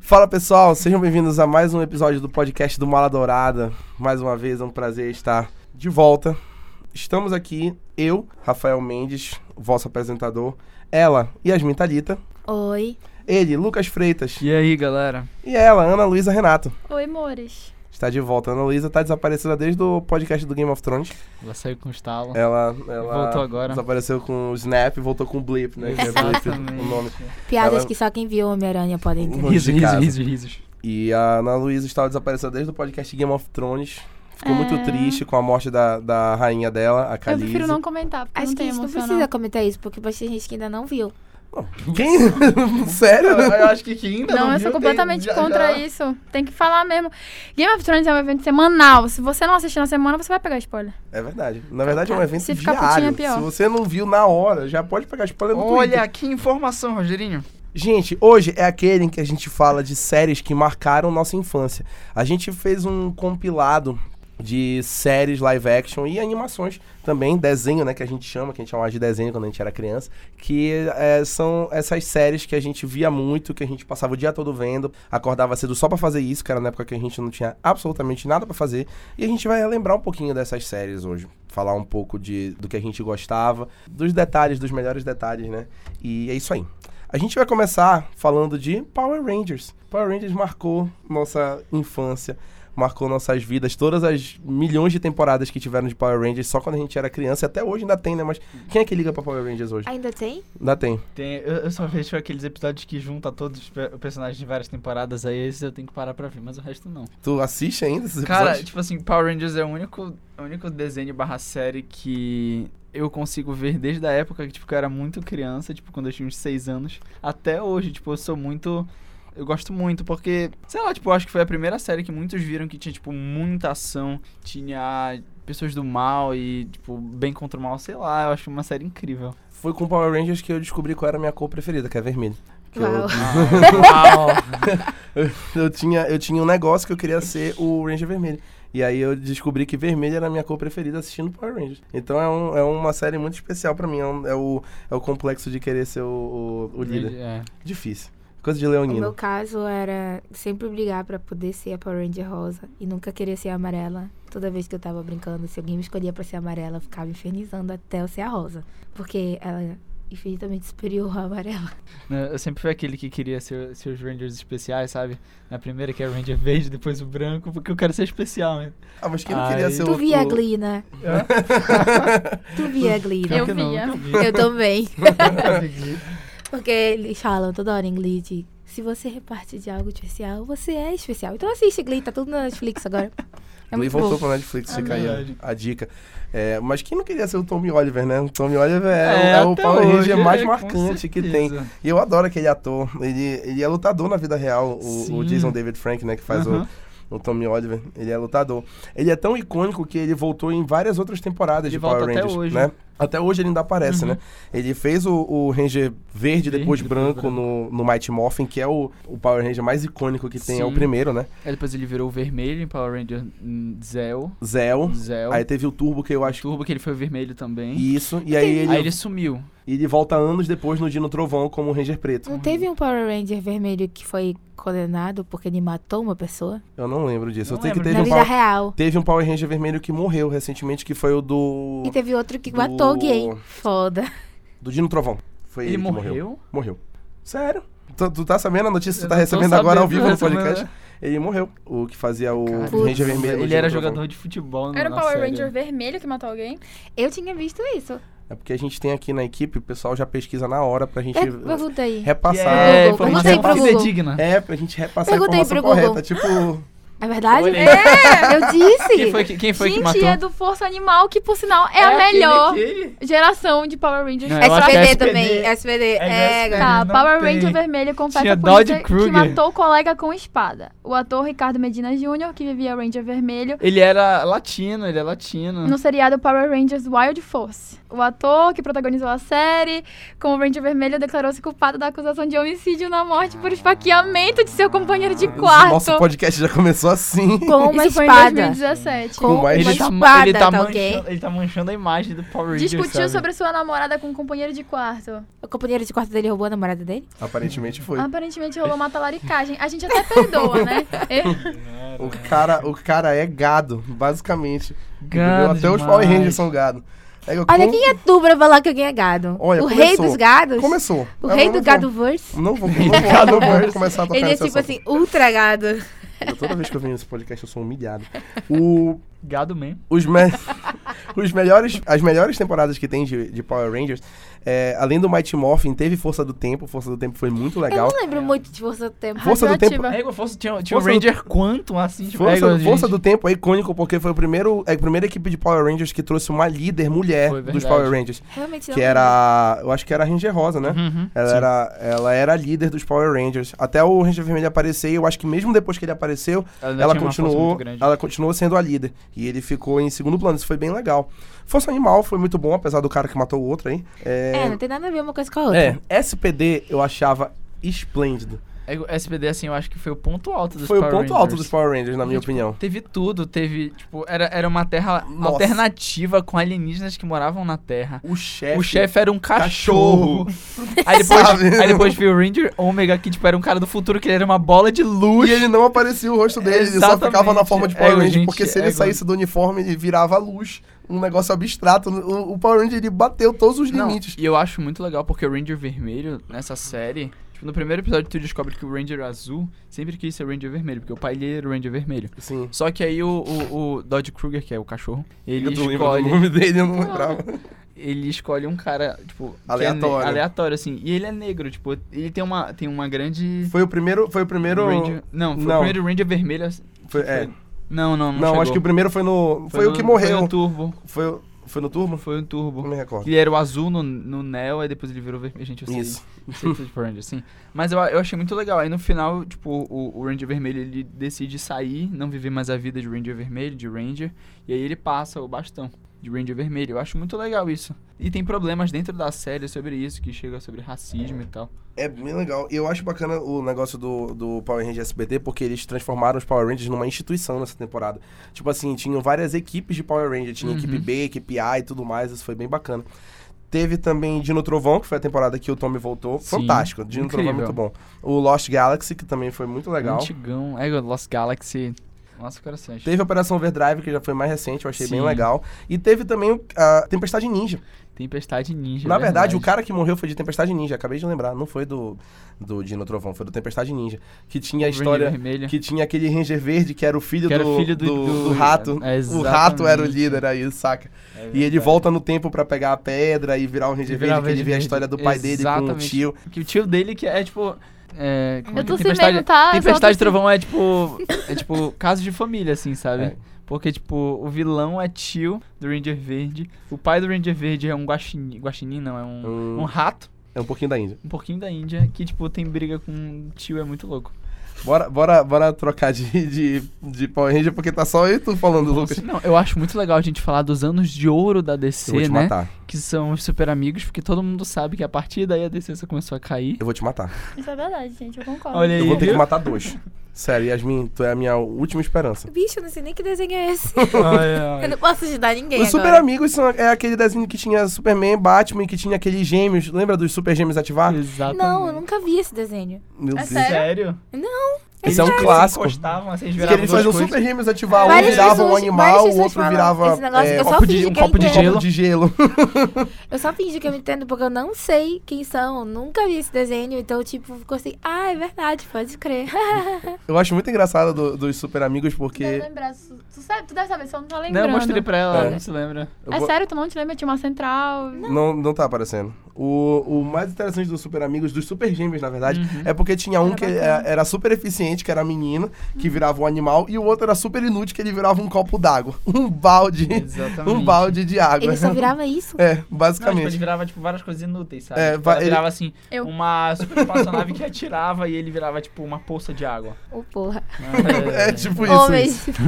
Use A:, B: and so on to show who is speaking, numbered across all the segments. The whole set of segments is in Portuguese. A: Fala pessoal, sejam bem-vindos a mais um episódio do podcast do Mala Dourada. Mais uma vez, é um prazer estar de volta. Estamos aqui, eu, Rafael Mendes, vosso apresentador, ela, Yasmin Thalita,
B: Oi.
A: ele, Lucas Freitas
C: E aí, galera?
A: e ela, Ana Luísa Renato.
B: Oi, Mores.
A: Está de volta. A Ana Luísa está desaparecida desde o podcast do Game of Thrones.
C: Ela saiu com estalo.
A: Ela, ela
C: Voltou agora.
A: desapareceu com o Snap e voltou com o Blip, né? Que é Blip, o nome.
B: Piadas
A: Ela-
B: que só quem viu Homem-Aranha pode entender.
A: Longe de
C: Risos, risos,
A: casa.
C: risos, risos.
A: E a Ana Luísa estava desaparecida desde o podcast Game of Thrones. Ficou muito
D: É.
A: triste com a morte da, da rainha dela, a
D: Eu
A: Khaleesi.
D: prefiro não comentar, porque
B: Acho
D: não
B: que a
D: tem
B: gente não
D: emoção.
B: precisa comentar isso, porque vai ter gente que ainda não viu.
A: Quem? Sério?
C: Ah, acho que quem ainda
D: Não, eu sou completamente contra isso. Tem que falar mesmo. Game of Thrones é um evento semanal. Se você não assistir na semana, você vai pegar spoiler.
A: É verdade. Na verdade é um evento
D: Se ficar
A: diário.
D: putinha, é pior.
A: Se você não viu na hora, já pode pegar spoiler no
C: Olha,
A: Twitter.
C: que informação, Rogerinho.
A: Gente, hoje é aquele em que a gente fala de séries que marcaram nossa infância. A gente fez um compilado de séries live action e animações também, desenho, né, que a gente chama, que a gente chamava de desenho quando a gente era criança, que eh, são essas séries que a gente via muito, que a gente passava o dia todo vendo, acordava cedo só pra fazer isso, que era na época que a gente não tinha absolutamente nada pra fazer, e a gente vai relembrar um pouquinho dessas séries hoje, falar um pouco de do que a gente gostava, dos detalhes, dos melhores detalhes, né? E é isso aí. A gente vai começar falando de Power Rangers. Power Rangers marcou nossa infância, marcou nossas vidas. Todas as milhões de temporadas que tiveram de Power Rangers, só quando a gente era criança, e até hoje ainda tem, né? Mas quem é que liga pra Power Rangers hoje?
B: Ainda tem?
A: Ainda tem.
C: Tem, eu, eu só vejo aqueles episódios que junta todos os pe- personagens de várias temporadas. Aí esses eu tenho que parar pra ver, mas o resto não.
A: Tu assiste ainda esses
C: Cara,
A: episódios?
C: tipo assim, Power Rangers é o único, o único desenho barra série que eu consigo ver desde a época que, tipo, que eu era muito criança, tipo, quando eu tinha uns 6 anos, até hoje, tipo, eu sou muito. Eu gosto muito, porque, sei lá, tipo, eu acho que foi a primeira série que muitos viram que tinha, tipo, muita ação, tinha pessoas do mal e, tipo, bem contra o mal, sei lá, eu acho uma série incrível.
A: tipo, Foi com Power Rangers que eu descobri qual era a minha cor preferida, que é vermelho. Que eu,
B: Uau.
C: Ah, Uau!
A: eu, tinha, eu tinha um negócio que eu queria ser o Ranger vermelho. E aí eu descobri que vermelho era a minha cor preferida assistindo Power Rangers. Então é, um- é uma série muito especial pra mim. É, um- é o, é o complexo de querer ser o, o- o líder.
C: É.
A: Difícil. Coisa de
B: O meu
A: leonino.
B: caso era sempre brigar pra poder ser a Power Ranger rosa e nunca querer ser a amarela. Toda vez que eu tava brincando, se alguém me escolhia pra ser amarela, eu ficava infernizando até eu ser a rosa. Porque ela é infinitamente superior à amarela.
C: Né, Eu sempre fui aquele que queria ser, ser os Rangers especiais, sabe? Na primeira que é o Ranger verde, depois o branco, porque eu quero ser especial, né?
A: Ah, mas quem não queria
C: Ai.
A: ser
C: Eu
B: Tu
A: o...
B: via a
A: o-
B: Glee, né? Tu via a Glee, né?
C: Pior
D: Eu
C: que não,
D: via.
C: nunca vi.
B: Eu também.
C: Nunca vi Glee.
B: Porque eles falam toda hora em Glee de se você reparte de algo especial, você é especial. Então assiste Glee, tá tudo na Netflix agora. É
A: Glee
B: muito
A: voltou
B: bom.
A: pra Netflix, fica aí
C: Verdade.
A: a, a dica. É, mas quem não queria ser o Tommy Oliver, né? O Tommy Oliver é, o-
C: É,
A: é o
C: até
A: Power Ranger
C: hoje,
A: mais
C: é, com
A: marcante que tem.
C: certeza.
A: E eu adoro aquele ator. Ele, ele é lutador na vida real, o, o
C: Sim.
A: Jason David Frank, né? Que faz
C: Aham.
A: o, o Tommy Oliver. Ele é lutador. Ele é tão icônico que ele voltou em várias outras temporadas
C: Ele
A: de Power
C: volta até
A: Rangers.
C: hoje.
A: Né? Até hoje ele ainda aparece,
C: Uhum.
A: né? Ele fez o, o Ranger verde,
C: Verde,
A: depois
C: depois
A: branco,
C: branco.
A: No, no Mighty Morphin, que é o, o Power Ranger mais icônico que tem, é o
C: Sim.
A: primeiro, né?
C: Aí depois ele virou o vermelho em Power Ranger hum, Zell.
A: Zell.
C: Zell.
A: Oh, Aí teve o Turbo, que eu acho que.
C: Turbo, que ele foi o vermelho também.
A: Isso. E aí ele, é
C: Aí ele sumiu.
A: ele volta anos depois no Dino Trovão como Ranger Preto.
B: Não teve um Power Ranger vermelho que foi condenado porque ele matou uma pessoa?
A: Eu não lembro disso.
C: Não
A: eu sei que
C: lembro.
A: teve
B: na
A: um,
B: vida
A: Power,
B: real.
A: teve um Power Ranger vermelho que morreu recentemente, que foi o do.
B: E teve outro que
A: do-
B: matou alguém. Foda.
A: Do Dino Trovão. Foi ele,
C: Ele
A: que morreu.
C: morreu?
A: Morreu. Sério? Tu, tu tá sabendo a notícia? Tu
C: Eu
A: tá
C: não tô
A: recebendo agora ao
C: sabendo,
A: vivo no
C: né?
A: podcast? Ele morreu. O que fazia o
C: Cara,
B: Putz.
A: Ranger vermelho. é no
C: Ele
A: Dino
C: era
A: Trovão.
C: jogador de futebol.
D: Era o
C: na
D: Power
C: série.
D: Ranger vermelho que matou alguém?
B: Eu tinha visto isso.
A: É porque a gente tem aqui na equipe, o pessoal já pesquisa na hora pra gente
B: É, pergunta aí.
C: Que
A: repassar.
C: é,
B: Google,
C: informação
B: perguntei pro Google.
C: fidedigna.
A: É, pra gente repassar
B: Pergunta aí
A: a informação
B: pro Google.
A: correta. Tipo,
B: É verdade?
C: Olha aí.
B: É, eu disse.
C: Quem foi, que- quem foi
D: Gente,
C: que matou?
D: é do Força Animal, que por sinal é, a
C: aquele-
D: melhor
C: aquele?
D: geração de Power Rangers.
C: Não,
D: Pra-
C: eu acho que é
B: SPD
C: SPD.
B: também. SPD. É,
C: É, eu acho
B: galera.
D: Tá,
C: Não
D: Power
C: tem.
D: Ranger Vermelho confessa
C: Tinha
D: a polícia
C: Dodge
D: que
C: Kruger.
D: matou o colega com espada. O ator Ricardo Medina Jr., que vivia Ranger Vermelho,
C: Ele era latino, ele é
A: Uhum.
C: latino.
D: no seriado Power Rangers Wild Force. O ator que protagonizou a série, como Ranger Vermelho, declarou-se culpado da acusação de homicídio na morte por esfaqueamento de seu companheiro de quarto.
A: nosso podcast já começou assim.
B: Com uma
D: Isso foi em
B: espada.
D: 2017.
B: Com uma
C: ele, tá,
B: espada,
C: ele, tá
B: tá ok?
C: manchando, ele tá manchando a imagem do Power Rangers.
D: Discutiu
C: sabe?
D: sobre sua namorada com um companheiro de quarto.
B: O companheiro de quarto dele roubou a namorada dele?
A: Aparentemente foi.
B: Ah.
D: Aparentemente rolou uma talaricagem. A gente até perdoa, né? É.
A: O cara, o cara é gado, basicamente.
C: Gado
A: Entendeu? Até os
C: demais.
A: Power Rangers são gado. É,
B: Olha,
A: com-
B: quem é tu pra falar que alguém é gado?
A: Olha,
B: o
A: começou.
B: rei dos gados?
A: Começou. É
B: O
A: Eu
B: rei
A: não
B: do
A: vou-
B: gado verse?
A: Não vou, não vou, não vou começar a tocar
B: Ele é
A: nesse
B: tipo
A: assunto.
B: assim, ultra gado.
A: Toda vez que eu venho nesse podcast, eu sou humilhado. O,
C: Gado mesmo.
A: os, me- os melhores, as melhores temporadas que tem de, de Power Rangers, é, além do Mighty Morphin, teve Força do Tempo. Força do Tempo foi muito legal.
B: Eu não lembro É muito de Força do Tempo.
A: Força do
D: radioativa.
C: É, igual força, tinha, tinha
A: Força
C: o
A: do-
C: Ranger Quantum, assim, tipo, é,
A: Força,
C: igual,
A: Força
C: gente.
A: do Tempo é icônico porque foi o primeiro, é a primeira equipe de Power Rangers que trouxe uma líder mulher
C: Foi
A: dos
C: verdade.
A: Power Rangers.
B: Realmente não
A: Que
B: lembro.
A: era.
B: é.
A: Eu acho que era a Ranger Rosa, né?
C: Uhum,
A: Ela
C: sim.
A: era, ela era a líder dos Power Rangers. Até o Ranger Vermelho aparecer, e eu acho que mesmo depois que ele apareceu,
C: ainda
A: ela
C: tinha uma força
A: continuou,
C: muito grande.
A: ela continuou sendo a líder. E ele ficou em segundo plano. Isso foi bem legal. Força Animal foi muito bom, apesar do cara que matou o outro aí.
B: É,
A: É,
B: não tem nada a ver uma coisa com a outra.
A: é, SPD eu achava esplêndido.
C: É, o SPD, assim, eu acho que foi o ponto alto dos
A: Foi o
C: Power
A: ponto alto
C: Rangers.
A: dos Power Rangers, na minha
C: Gente,
A: opinião.
C: Teve tudo, teve, tipo, era, era uma terra
A: Nossa.
C: alternativa com alienígenas que moravam na Terra.
A: O chefe.
C: O chefe era um
A: Cachorro.
C: cachorro. aí, depois,
A: Sabe?
C: aí depois veio o Ranger Omega, que tipo, era um cara do futuro, que ele era uma bola de luz.
A: E ele não aparecia o rosto dele, ele só
C: Exatamente.
A: ficava na forma de Power
C: É,
A: Ranger,
C: gente,
A: porque se ele
C: é,
A: saísse do uniforme, ele virava luz, um negócio abstrato. O, o Power Ranger, ele bateu todos os
C: Não,
A: limites.
C: E eu acho muito legal porque o Ranger Vermelho, nessa série, tipo, no primeiro episódio tu descobre que o Ranger Azul sempre quis ser o Ranger Vermelho, porque o pai dele era o Ranger Vermelho.
A: Sim.
C: Só que aí o, o, o Dodge Kruger, que é o cachorro, ele
A: eu não lembro do
C: escolhe.
A: nome dele, eu não lembrava.
C: ele escolhe um cara, tipo, que É
A: Aleatório.
C: ne- aleatório, assim. E ele é negro, tipo, ele tem uma, tem uma grande.
A: Foi o primeiro. Foi o primeiro.
C: Ranger- não, foi
A: Não.
C: o primeiro Ranger vermelho. assim.
A: Foi, é.
C: Não, não, não.
A: Não, acho que o
C: chegou.
A: primeiro foi no. Foi, o
C: no-
A: que morreu.
C: Foi no Turbo.
A: Foi, o- foi no Turbo?
C: Foi no
A: Não
C: Turbo.
A: me recordo.
C: Ele era o azul no, no Neo, aí depois ele virou vermelho. Gente, eu sei.
A: Isso.
C: Não sei tudo de Power Ranger, assim. Mas eu, eu achei muito legal. Aí no final, tipo, o, o Ranger vermelho ele decide sair, não viver mais a vida de Ranger vermelho, de Ranger. E aí ele passa o bastão de Ranger vermelho. Eu acho muito legal isso. E tem problemas dentro da série sobre isso, que chega sobre racismo e tal.
A: É bem legal. E eu acho bacana o negócio do, do Power Rangers SBT, porque eles transformaram os Power Rangers numa instituição nessa temporada. Tipo assim, tinham várias equipes de Power Rangers. Tinha
C: Uhum.
A: equipe B, equipe A e tudo mais. Isso foi bem bacana. Teve também Dino Trovão, que foi a temporada que o Tommy voltou.
C: Sim.
A: Fantástico. Dino Trovão é muito
C: Incrível.
A: bom. O Lost Galaxy, que também foi muito legal.
C: Antigão. É, o Lost Galaxy. Nossa, coração.
A: Teve a Operação Overdrive, que já foi mais recente, eu achei bem
C: Sim.
A: legal. E teve também o- a Tempestade Ninja.
C: Tempestade Ninja.
A: Na verdade, o cara que morreu foi de Tempestade Ninja. Acabei de lembrar, não foi do, do Dino Trovão, foi do Tempestade Ninja. Que tinha a história.
C: vermelha.
A: Que tinha aquele Ranger Verde que era o filho,
C: Que era
A: do,
C: o filho do-
A: do,
C: do-
A: do rato.
C: é,
A: o rato era o
C: exatamente. É
A: líder aí, saca? E ele volta no tempo pra pegar a pedra e virar o Ranger
C: Virar
A: Verde,
C: um
A: que ele
C: Ranger
A: vê a
C: Verde.
A: história do pai dele com o
C: Exatamente.
A: tio.
C: Que o tio dele que é tipo. É, como é
D: Eu
C: que
D: tô
C: é?
D: sem medo, tá?
C: Tempestade de
D: Só tô
C: Trovão é tipo. É tipo caso de família, assim, sabe?
A: É.
C: Porque, tipo, o vilão é tio do Ranger Verde. O pai do Ranger Verde é um guaxinim. Guaxinim, não, é um,
A: Hum,
C: um rato.
A: é um pouquinho da Índia.
C: Um pouquinho da Índia. Que, tipo, tem briga com um tio, é muito louco.
A: Bora, bora, bora trocar de, de, de Power Ranger, porque tá só eu e tu falando, Lucas.
C: Não, eu acho muito legal a gente falar dos anos de ouro da
A: assim. Eu vou
C: DC,
A: te
C: né?
A: matar.
C: Que são os super amigos, porque todo mundo sabe que a partir daí a DC só começou a cair.
A: Eu vou te matar.
D: Isso é verdade, gente. Eu concordo.
C: Olha aí.
A: Eu vou ter que
C: viu?
A: matar dois. Sério, Yasmin, tu é a minha última esperança.
B: Bicho, eu não sei nem que desenho é esse.
C: Ai, ai.
B: Eu não posso ajudar ninguém
A: Os Super
B: agora.
A: Amigos são, é aquele desenho que tinha Superman, Batman, que tinha aqueles gêmeos. Lembra dos Super Gêmeos ativar?
C: Exatamente.
B: Não, eu nunca vi esse desenho.
A: Meu
D: É
A: Deus.
D: sério?
A: Esse é um
C: Eles
A: clássico.
C: encostavam, assim, eles
A: Porque
C: viravam
A: eles
C: duas
A: faziam
C: coisas.
A: Super Gêmeos ativar, um
B: Várias
A: virava um
B: pessoas-
A: animal,
B: várias
A: o
B: pessoas
A: outro
B: falam
A: virava
B: esse negócio,
A: é,
B: eu só
A: copo de,
B: fingi
A: um
B: que eu
A: copo de
B: entendo.
A: gelo. de gelo.
B: Eu só fingi que eu me entendo porque eu não sei quem são. Nunca vi esse desenho. Então, tipo, ficou assim, ah, é verdade, pode crer.
A: Eu acho muito engraçado do- dos Super Amigos,
D: Tu deve
A: porque...
D: lembrar, tu, tu sabe, tu deve saber, só não tá
C: Não,
D: lembrando.
C: eu mostrei pra ela,
A: É.
C: ela não se lembra.
A: eu
D: É
A: vou-
D: sério, tu não te lembra? Tinha uma central.
A: Não, não tá aparecendo. O, o mais interessante dos Super Amigos, dos Super Gêmeos, na verdade,
C: Uhum.
A: é porque tinha um
B: Era
A: que
B: bacana.
A: é- era super eficiente, que era a menina, que virava um animal, e o outro era super inútil, que ele virava um copo d'água. Um balde.
C: Exatamente.
A: Um balde de água.
B: Ele só virava isso.
A: É,
C: Não, tipo,
A: basicamente.
C: ele virava, tipo, várias coisas inúteis, sabe?
A: É,
C: Tipo,
A: va-
C: ela
A: ele-
C: virava, assim,
D: Eu.
C: uma super espaçonave que atirava e ele virava, tipo, uma poça de água.
B: Ô, porra.
A: É tipo isso.
B: Homens.
A: isso.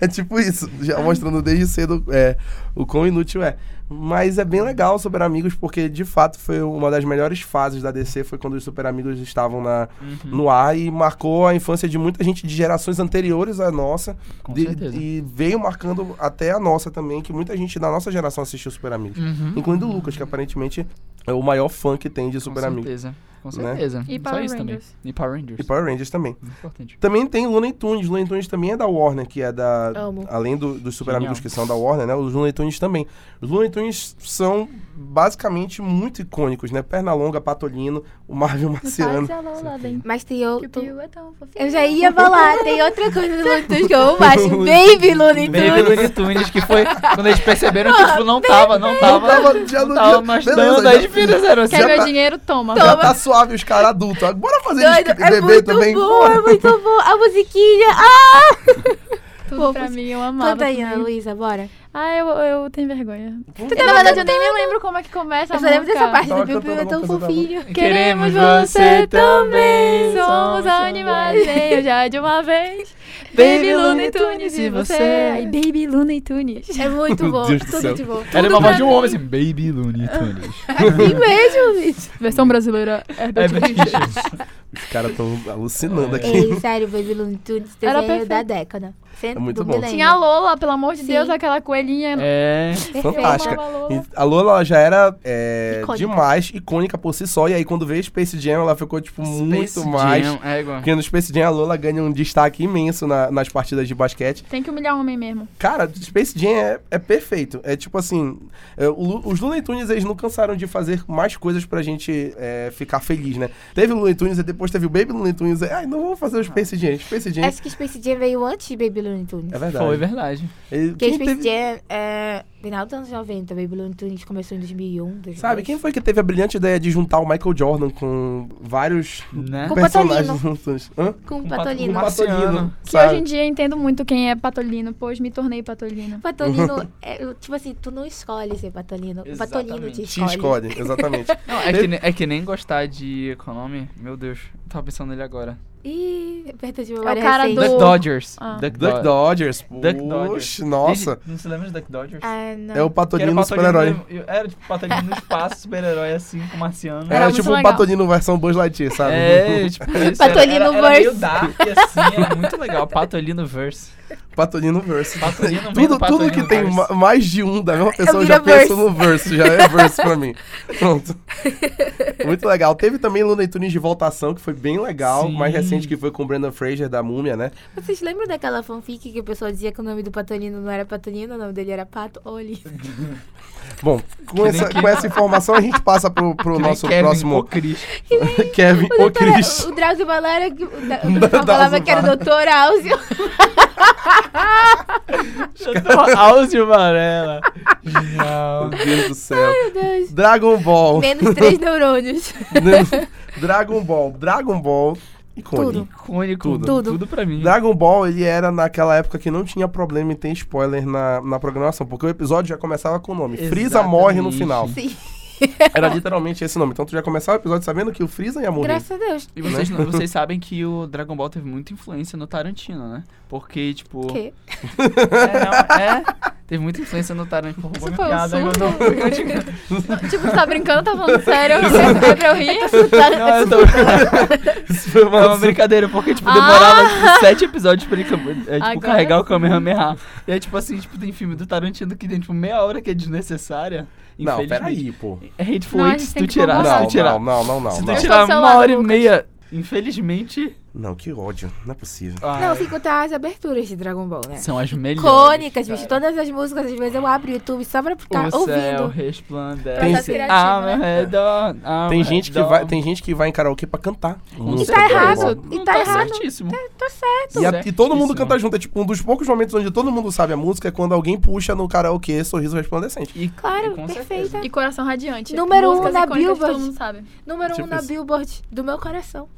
A: É tipo isso. Já mostrando desde cedo é, o quão inútil é. Mas é bem legal Super Amigos, porque de fato foi uma das melhores fases da DC, foi quando os Super Amigos estavam na,
C: Uhum.
A: no ar e marcou a infância de muita gente de gerações anteriores à nossa.
C: Com
A: de-
C: certeza.
A: e veio marcando até a nossa também, que muita gente da nossa geração assistiu Super Amigos.
C: Uhum.
A: Incluindo o Lucas, que aparentemente é o maior fã que tem de
C: Com
A: um Super Amigos.
C: certeza. Com
A: Né?
C: certeza.
D: E
C: Só
D: Power
C: isso também.
D: Rangers.
C: E Power Rangers.
A: E Power Rangers também.
C: Muito Importante.
A: Também tem Looney Tunes. Looney Tunes também é da Warner, que é da.
B: Amo.
A: Além do- dos Super
C: Genial.
A: Amigos que são da Warner, né? Os Looney Tunes também. Os Looney Tunes são basicamente muito icônicos, né? Pernalonga, Patolino, o Marvel Marciano.
B: Mas tem outro. Eu
D: Eu
B: já ia falar, tem outra coisa do Looney Tunes que eu acho. então Baby Looney
C: Baby
B: Tunes.
C: Looney Tunes, que foi quando eles perceberam que, tipo, não tava, não tava.
A: tava, já
C: não
A: não-
C: tava
A: já-
C: mais
A: beleza,
C: dando,
A: já-
C: aí eles fizeram assim.
D: Quer meu
A: tá-
D: dinheiro? Toma.
A: Já tá suave os caras adultos. Agora bora fazer eles
B: Doido, é
A: beber
B: muito
A: também.
B: bom,
A: Bora.
B: é muito bom. A musiquinha. Ah!
D: Tudo pra mim, eu amava.
B: Canta aí,
D: também.
B: Ana Luísa, bora.
D: Ah, eu, eu tenho vergonha.
A: Vamos-
D: Na verdade, eu nem me lembro como é que começa
B: Eu
D: a
B: só lembro
D: música.
B: dessa parte
A: Tava
B: do Piu Piu, é
A: cantando
B: tão
A: alguma coisa da
B: fofinho.
C: Queremos você também.
D: Somos animais, venham já de uma vez. Baby Luna e Tunes e você. Aí, Baby Luna e Tunes.
B: É muito
A: Meu
B: bom,
A: Deus do céu.
B: tudo de bom.
C: Era
D: Tudo
C: uma
D: pra
C: voz de um
D: mim.
C: homem assim, Baby Looney Tunes.
B: Assim mesmo, bicho.
D: Versão brasileira, é Herbert
C: Herbert
D: Richards.
A: Os caras estão alucinando aqui.
B: Ei, sério, Baby Looney Tunes,
D: Era
B: desenho da
D: perfeito.
B: década. Cento-
A: É muito
B: do
A: bom.
B: milênio.
D: Tinha a Lola, pelo amor de
B: Sim.
D: Deus, aquela coelhinha.
C: É.
B: Perfeito.
A: Fantástica.
D: Eu amava a Lola.
A: E A Lola ela já era é,
B: Icônica.
A: demais icônica por si só. E aí, quando veio Space Jam, ela ficou, tipo, muito mais.
C: Jam, É igual.
A: Porque no Space Jam a Lola ganha um destaque imenso na- nas partidas de basquete.
D: Tem que humilhar homem mesmo.
A: Cara, Space Jam é, é perfeito. É tipo assim, é, o Lu- os Looney Tunes eles não cansaram de fazer mais coisas pra gente é, ficar feliz, né? Teve o Looney Tunes e depois teve o Baby Looney Tunes. Ai, não vou fazer o Space Jam. Space Jam
B: Acho que Space Jam veio antes de Baby Looney Tunes.
A: é verdade.
C: Foi verdade.
A: Ele-
B: né? Porque
A: quem
B: Space
A: teve-
B: Jam é final dos anos 90, Baby Looney Tunes começou em 2001, 2002.
A: Sabe, quem foi que teve a brilhante ideia de juntar o Michael Jordan com vários
C: Né?
B: Com o
A: personagens
B: Patolino.
A: juntos? Hã?
B: Com o
C: Com o Pato-
A: Com
B: Patolino.
A: o Patolino.
D: Que
A: sabe?
D: hoje em dia eu entendo muito quem é patolino, pois me tornei patolino.
B: Patolino, é, eu- tipo assim, tu não escolhe ser Patolino. O Patolino
C: Exatamente.
B: te
C: Te
A: Te
B: escolhe.
A: escolhe, exatamente.
C: Não, é, que, ne- é que nem gostar de. Qual é o nome? Meu Deus. eu Tava pensando nele agora.
B: Ih, perto de memória
D: cara
B: recente.
D: do-
C: Duck Dodgers.
D: Ah.
C: Duck
A: Duck
C: Do-
A: Dodgers.
C: Duck
A: Puxa,
C: Dodgers.
A: nossa.
C: Gente, Não se lembra de Duck Dodgers?
B: Ah,
A: É o
B: não.
C: Que era
A: Patolino
C: o Patolino
A: super-herói.
C: no- Era tipo Patolino no espaço, super-herói assim, com marciano.
A: Era,
D: Era
A: tipo
D: muito
A: um
D: legal.
A: Patolino versão Buzz Lightyear, sabe?
C: É, tipo isso.
B: Patolino
C: era, era, era meio
B: Verse.
C: dark, assim, era muito legal. Patolino Verse.
A: Patolino Verse.
C: Patolino
A: Tudo,
C: meio do
A: tudo que
C: Patolino
A: tem
C: Verse.
A: ma- mais de um da mesma pessoa, eu já
B: vira
A: penso no verso, já é verso pra mim. Pronto. Muito legal. Teve também Looney Tunes de Voltação, que foi bem legal.
C: Sim.
A: Mais recente que foi com o Brendan Fraser, da Múmia, né?
B: Vocês lembram daquela fanfic que o pessoal dizia que o nome do Patolino não era Patolino, o nome dele era Pato Oli?
A: Bom, com,
C: nem
A: essa,
C: que-
A: com essa informação a gente passa pro, pro
C: Que nem
A: nosso
C: Tipo, Kevin
A: próximo
C: ou Chris.
A: Kevin
B: O,
A: ou
B: doutor,
A: Chris.
B: o Drauzio Balera, que- o, da, o
A: Não, um
B: pessoal falava
A: Drauzio
B: que era o Doutor Áuzio.
C: Áudio Varela. Genial.
A: Meu Deus do céu.
B: Meu Deus.
A: Dragon Ball.
B: Menos três neurônios.
A: Dragon Ball. Dragon Ball. Icônico.
B: Tudo.
C: Icônico.
A: Tudo.
B: Tudo.
C: Tudo pra mim.
A: Dragon Ball, ele era naquela época que não tinha problema em ter spoiler na, na programação, porque o episódio já começava com o nome. Freeza
C: Exatamente.
A: morre no final.
B: Sim.
A: Era literalmente esse nome. Então tu já começava o episódio sabendo que o Freeza ia morrer.
B: Graças a Deus.
C: E vocês,
A: né?
C: não- vocês sabem que o Dragon Ball teve muita influência no Tarantino, né? Porque, tipo.
B: Que?
C: É, não, é. Teve muita influência no Tarantino. Roubou
D: Isso
C: minha
D: foi um
C: piada, né? eu não-
D: surto. Tipo, você tá brincando, tá falando sério? É pra eu rir?
C: Não, eu
D: um
C: tô...
A: Isso foi uma
C: É uma
A: surra.
C: brincadeira, porque, tipo,
D: Ah!
C: demorava tipo, sete episódios pra ele cam- é, tipo,
D: Agora
C: carregar o
D: sim.
C: Kamehameha. E é tipo assim, tipo, tem filme do Tarantino que tem, tipo, meia hora que é desnecessária.
A: Não,
C: Infelizmente.
A: peraí, pô. tá
C: É hateful
D: Não, a
C: eight
D: gente
C: se
D: tem
C: tu
D: que
C: tirar,
D: concordar.
C: se
A: Não,
C: tu tirar.
A: não, não, não, não.
C: se tu
A: Não,
C: tirar
D: Eu sou
C: uma
D: seu
C: hora e
D: lado,
C: meia, infelizmente.
A: Não, que ódio. Não é possível.
C: ah,
B: Não, sem contar as aberturas de Dragon Ball, né?
C: São as melhores.
B: Icônicas, bicho. Todas as músicas, às vezes eu abro o YouTube só pra ficar
C: O céu
B: ouvindo.
A: Processo
C: resplandece.
D: criativo,
C: Ao
D: né?
C: meu redor. ao
A: Tem
C: meu
A: gente, que
C: redor.
A: vai, tem gente que vai em karaokê pra cantar.
B: E
A: música
B: tá
A: do Dragon
B: errado.
A: Ball.
B: E
C: Não,
B: tá errado.
C: certíssimo.
A: é, E, a- e todo mundo
C: Certíssimo.
A: canta junto. É tipo um dos poucos momentos onde todo mundo sabe a música é quando alguém puxa no karaokê sorriso resplandecente.
C: E-
B: Claro,
C: e com
B: perfeita.
D: E coração radiante.
B: Número um
D: Músicas
B: na
D: icônicas que
B: Billboard.
D: Todo mundo sabe.
B: Número
A: Tipo
B: um na
A: isso.
B: Billboard do meu coração.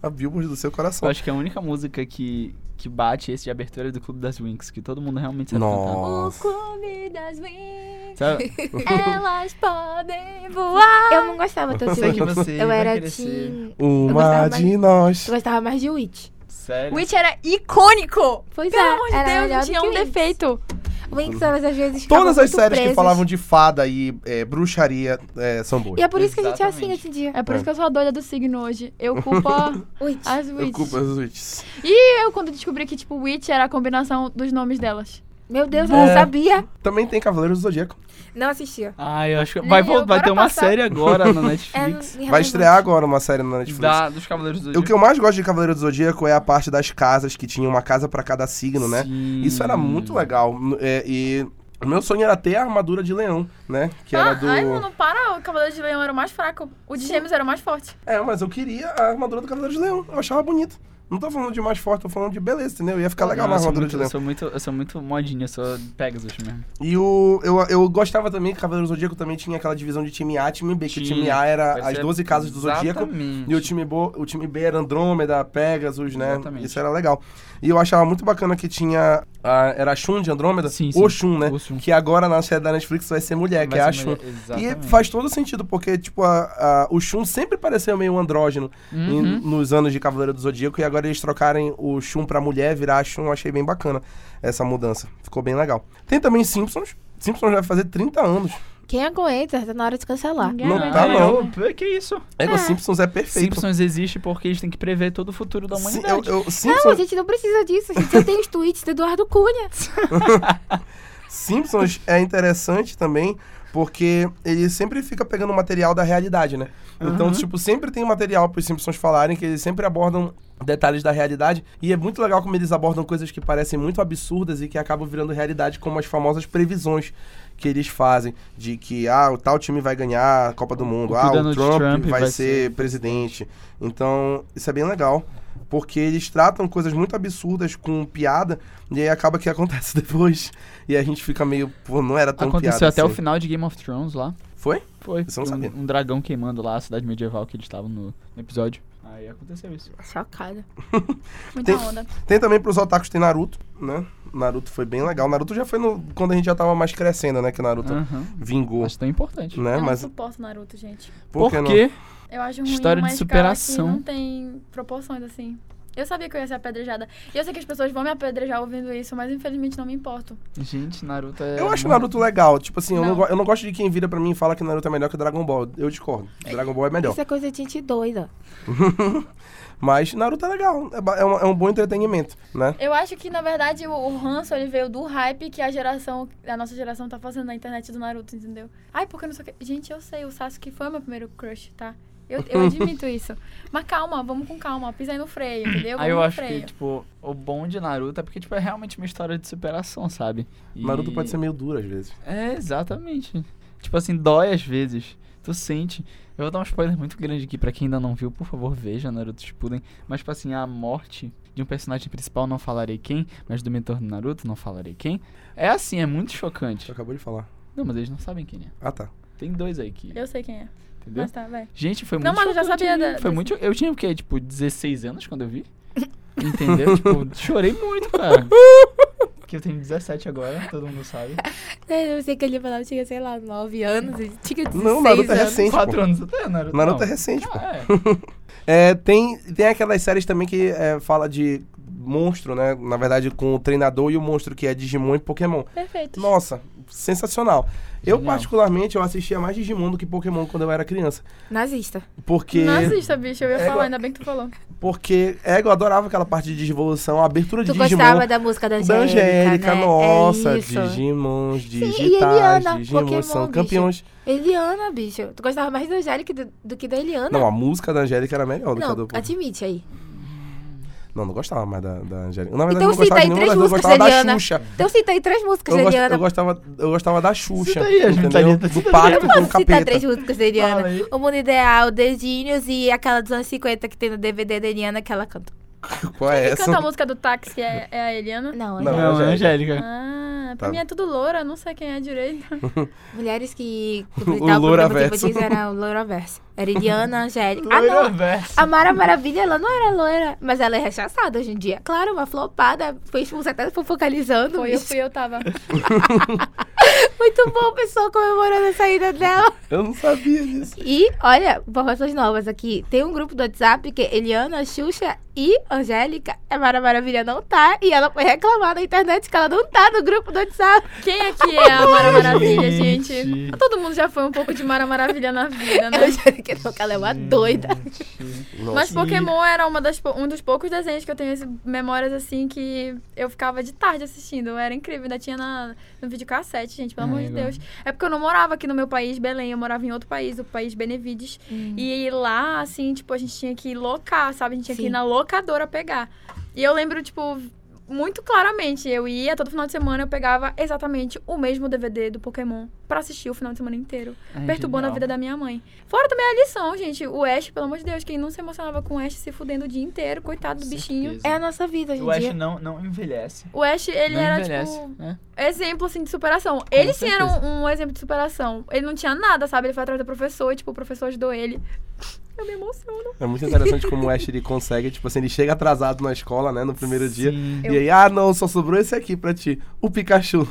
A: A Billboard do seu coração.
C: Eu acho que é a única música que, que bate esse de abertura é do Clube das Winx, que todo mundo realmente
A: tá
C: sabe cantar.
A: Nossa.
D: clube das wings,
C: Sabe?
D: elas podem voar.
B: Eu não gostava tanto de
C: Sei que
B: Witch.
C: você
B: Eu
C: vai
B: era
C: crescer.
B: Team.
A: Uma
B: gostava
A: de nós.
B: Eu gostava mais de Witch.
C: Sério?
D: Witch era icônico.
B: Pois
D: Pelo
B: é,
D: amor de
B: era
D: Deus,
B: melhor
D: não
B: do
D: tinha
B: que
D: um
B: Witch.
D: defeito.
B: Winx, elas às vezes ficavam
A: Todas as
B: muito
A: séries que
B: presas.
A: falavam de fada e é, bruxaria é, são boas.
B: E é por isso que a gente é assim
C: Exatamente.
B: hoje em dia.
D: É por isso que eu sou a doida do signo hoje. Eu culpo
B: Ui,
D: as witches.
A: Eu culpo as witches.
D: E eu, quando descobri que, tipo, witch era a combinação dos nomes delas.
B: Meu Deus, eu não
A: É.
B: sabia.
A: Também tem Cavaleiros do Zodíaco.
B: Não assistia.
C: Ah, eu acho que. Vai,
D: Lil,
C: vol- vai
D: bora
C: ter uma
D: passar.
C: série agora na
B: É,
C: Netflix.
B: irrelevante.
A: Vai estrear agora uma série na Netflix.
C: da, dos Cavaleiros do
A: O que eu mais gosto de Cavaleiro do Zodíaco é a parte das casas, que tinha uma casa pra cada signo, né?
C: Sim.
A: Isso era muito legal. N- é, e o meu sonho era ter a armadura de leão, né? Que era
D: ah,
A: do.
D: Ai, mano, para. O Cavaleiro de Leão era o mais fraco. O de Gêmeos era o mais forte.
A: É, mas eu queria a armadura do Cavaleiro de Leão. Eu achava bonito. Não tô falando de mais forte, tô falando de beleza, entendeu? Ia ficar legal
C: Não,
A: na
C: eu sou
A: armadura
C: muito,
A: de
C: eu
A: leão.
C: sou muito, eu sou muito modinha, eu sou Pegasus mesmo.
A: E o, eu, eu gostava também que Cavaleiro do Zodíaco também tinha aquela divisão de time A e time B, que o
C: Tinha.
A: time A era
C: Vai
A: as
C: ser
A: 12 casas do Zodíaco.
C: Exatamente.
A: E o time, bo, o time B era Andrômeda, Pegasus, né?
C: Exatamente.
A: Isso era legal. E eu achava muito bacana que tinha. a- era a Shun de Andrômeda?
C: Sim, sim.
A: Oshun, né?
C: Oshun.
A: Que agora na série da Netflix vai ser mulher, que é a Shun. E faz todo sentido, porque, tipo, a- a- o Shun sempre pareceu meio um andrógeno em-
C: Uhum.
A: nos anos de Cavaleiro do Zodíaco, e agora eles trocarem o Shun pra mulher, virar a Shun, eu achei bem bacana essa mudança. Ficou bem legal. Tem também Simpsons. Simpsons vai fazer 30 anos.
B: Quem aguenta, tá na hora de cancelar.
D: Ninguém
A: Não
D: aguenta
A: tá,
D: mais.
A: não.
C: não. Que isso?
A: É, que o Simpsons é perfeito.
C: Ah. Simpsons existe porque eles têm que prever todo o futuro da
A: Sim, é,
C: humanidade.
A: eu, eu-
B: Não, a
A: Simpsons,
B: gente não precisa disso. A gente já tem os tweets do Eduardo Cunha.
A: Simpsons é interessante também, porque ele sempre fica pegando material da realidade, né? Então, tipo, sempre tem material pros Simpsons falarem, que eles sempre abordam detalhes da realidade. E é muito legal como eles abordam coisas que parecem muito absurdas e que acabam virando realidade, como as famosas previsões que eles fazem. De que, ah, o tal time vai ganhar a Copa do Mundo,
C: que o
A: ah, o
C: Donald
A: Trump,
C: Trump
A: vai,
C: vai
A: ser presidente. Então, isso é bem legal. Porque eles tratam coisas muito absurdas com piada, e aí acaba que acontece depois. E a gente fica meio, pô, não era tão
C: Aconteceu
A: piada.
C: até
A: assim.
C: o final de Game of Thrones lá.
A: Foi?
C: Foi.
A: Isso eu não
C: Tem
A: sabia.
C: um, um dragão queimando lá a cidade medieval que eles estavam no, no episódio. Aí aconteceu isso.
B: Chocada.
D: Muita
A: Tem-
D: onda.
A: Tem também pros otakus, tem Naruto, né? Naruto foi bem legal. Naruto já foi no, quando a gente já tava mais crescendo, né? Que Naruto
C: Aham.
A: vingou,
C: Acho tão importante.
A: né?
D: eu
A: Mas
D: não suporto Naruto, gente.
A: por que não?
C: quê?
D: Eu acho ruim
C: História de
D: uma escala
C: superação.
D: que não tem proporções, assim. Eu sabia que eu ia ser apedrejada. E eu sei que as pessoas vão me apedrejar ouvindo isso, mas infelizmente não me importo.
C: Gente, Naruto é.
A: Eu acho
C: muito-
A: Naruto legal. Tipo assim, eu não,
D: Não.
A: go- eu não gosto de quem vira pra mim e fala que Naruto é melhor que Dragon Ball. Eu discordo. Dragon Ball é melhor.
B: Isso é coisa de gente doida.
A: Mas Naruto é legal. É, ba- é um, é um bom entretenimento, né?
D: Eu acho que, na verdade, o, o ranço, ele veio do hype que a geração, a nossa geração tá fazendo na internet do Naruto, entendeu? Ai, porque eu não sei o que... Gente, eu sei, o Sasuke foi o meu primeiro crush, tá? Eu, eu admito isso. Mas calma, vamos com calma, pisa aí no freio, entendeu? Vamos
C: Aí eu
D: no
C: acho
D: freio.
C: que, tipo, o bom de Naruto é porque, tipo, é realmente uma história de superação, sabe? E-
A: Naruto pode ser meio duro às vezes.
C: É, exatamente. Tipo assim, dói às vezes. Tu sente. Eu vou dar um spoiler muito grande aqui pra quem ainda não viu, por favor, veja Naruto Shippuden. Mas, tipo assim, a morte de um personagem principal, não falarei quem, mas do mentor do Naruto, não falarei quem. É assim, é muito
A: Tu
C: chocante.
A: acabou de falar.
C: Não, mas eles não sabem quem é.
A: Ah, tá.
C: Tem dois aí que,
D: Eu sei quem é.
C: entendeu?
D: Mas tá, vai.
C: Gente, foi
D: Não,
C: muito
D: mas eu já
C: chocante. né?
D: sabia da-
C: Foi
D: desse-
C: muito... Eu tinha, o quê? Tipo, 16 anos quando eu vi? Entendeu? tipo, chorei muito, cara. Que eu tenho 17 agora, todo mundo sabe.
A: É
B: É, Eu sei que ele falava, tinha, sei lá, 9 anos. e Tinha 16
A: Não, Naruto é
B: anos.
A: recente. pô.
C: 4 anos até, Naruto.
A: Naruto é
C: não.
A: recente, pô.
C: Ah, é.
A: É, tem, tem aquelas séries também que é, fala de monstro, né? Na verdade, com o treinador e o monstro que é Digimon e Pokémon.
D: Perfeito.
A: Nossa, sensacional. Eu,
C: Genial.
A: particularmente, eu assistia mais Digimon do que Pokémon quando eu era criança.
B: Nazista.
A: Porque,
D: Nazista, bicho, eu ia
A: É
D: falar,
A: igual-
D: ainda bem que tu falou.
A: porque é, eu adorava aquela parte de Digivolução, a abertura de
B: Tu
A: Digimon.
B: gostava da música da
A: da
B: Angélica,
A: Angélica,
B: né?
A: nossa,
B: é isso.
A: Digimons digitais,
B: e Eliana,
A: Digimons
B: Pokémon,
A: são
B: bicho.
A: campeões.
B: Eliana, bicho. Tu gostava mais da Angélica do, do que da Eliana?
A: Não, a música da Angélica era melhor do que a
B: Não,
A: do Pokémon.
B: admite aí.
A: Não, não gostava mais da, da Angélica. Na verdade, eu
B: Então
A: não gostava
B: cita aí
A: de nenhuma
B: três
A: das duas, eu
B: músicas
A: gostava
B: da
A: da
B: Eliana.
A: Xuxa.
B: Então cita aí três músicas
A: Eu,
B: da
A: gost-
B: Eliana.
A: eu gostava, eu gostava da Xuxa.
C: Cita aí, a gente tá
A: entendeu?
C: ali, tá
A: do
C: citando.
A: pacto com o
B: Posso citar
A: capeta.
B: três músicas da Eliana?
C: Fala aí.
B: O Mundo Ideal, Dedinhos e aquela dos anos 50 que tem no DVD da Eliana que ela canta.
A: Qual é
D: Quem
A: essa?
D: canta a música do táxi é, é a Eliana?
B: Não,
A: Não,
B: é-
C: Não,
A: Angélica.
C: Angélica.
D: Ah, pra
A: Tá.
D: mim é tudo loura, não sei quem é direito.
B: mulheres que
A: O
B: completavam o programa
A: Louraverso.
B: tipo diz era o Louraverso. Era Eliana, Angélica. Ah,
C: Loira
B: não.
C: versa.
B: A Mara Maravilha, ela não era loira, mas ela é rechaçada hoje em dia. Claro, uma flopada, foi expulsa até fofocalizando.
D: Foi eu, fui eu, tava.
B: Muito bom, pessoal, comemorando a saída dela.
A: Eu não sabia disso.
B: E, olha, informações novas aqui. Tem um grupo do WhatsApp que é Eliana, Xuxa E Angélica, a Mara Maravilha não tá. E ela foi reclamar na internet que ela não tá no grupo do WhatsApp.
D: Quem aqui é a Mara Maravilha, gente? Todo mundo já foi um pouco de Mara Maravilha na vida, né?
B: Angélica não, que ela é uma doida.
C: Gente.
D: Mas
A: Nossa.
D: Pokémon era uma das, pou- um dos poucos desenhos que eu tenho esse- memórias assim que eu ficava de tarde assistindo. Era incrível, ainda tinha na, no videocassete, gente, pelo amor
C: Ai,
D: de
C: agora.
D: Deus. É porque eu não morava aqui no meu país, Belém, eu morava em outro país, o país Benevides. E lá, assim, tipo, a gente tinha que locar, sabe? A gente tinha que
B: Sim.
D: ir na locadora pegar. E eu lembro, tipo, muito claramente, eu ia todo final de semana, eu pegava exatamente o mesmo DVD do Pokémon pra assistir o final de semana inteiro
C: Ai,
D: perturbando a
C: É genial.
D: vida da minha mãe. Fora também a lição, gente. O Ash, pelo amor de Deus, quem não se emocionava com o Ash se fudendo o dia inteiro, coitado do bichinho.
C: Certeza.
B: É a nossa vida hoje
C: O
B: em
C: Ash
B: dia.
C: não, não envelhece.
D: O Ash, ele
C: não
D: era,
C: envelhece,
D: tipo,
C: né?
D: exemplo, assim, de superação. Ele sim era
C: certeza.
D: um, um exemplo de superação. Ele não tinha nada, sabe? Ele foi atrás do professor e, tipo, o professor ajudou ele. Eu me emociono.
A: É muito interessante como o Ash ele consegue, tipo assim, ele chega atrasado na escola, né, no primeiro dia.
C: Sim.
A: E aí, ah, não, só sobrou esse aqui pra ti. O Pikachu.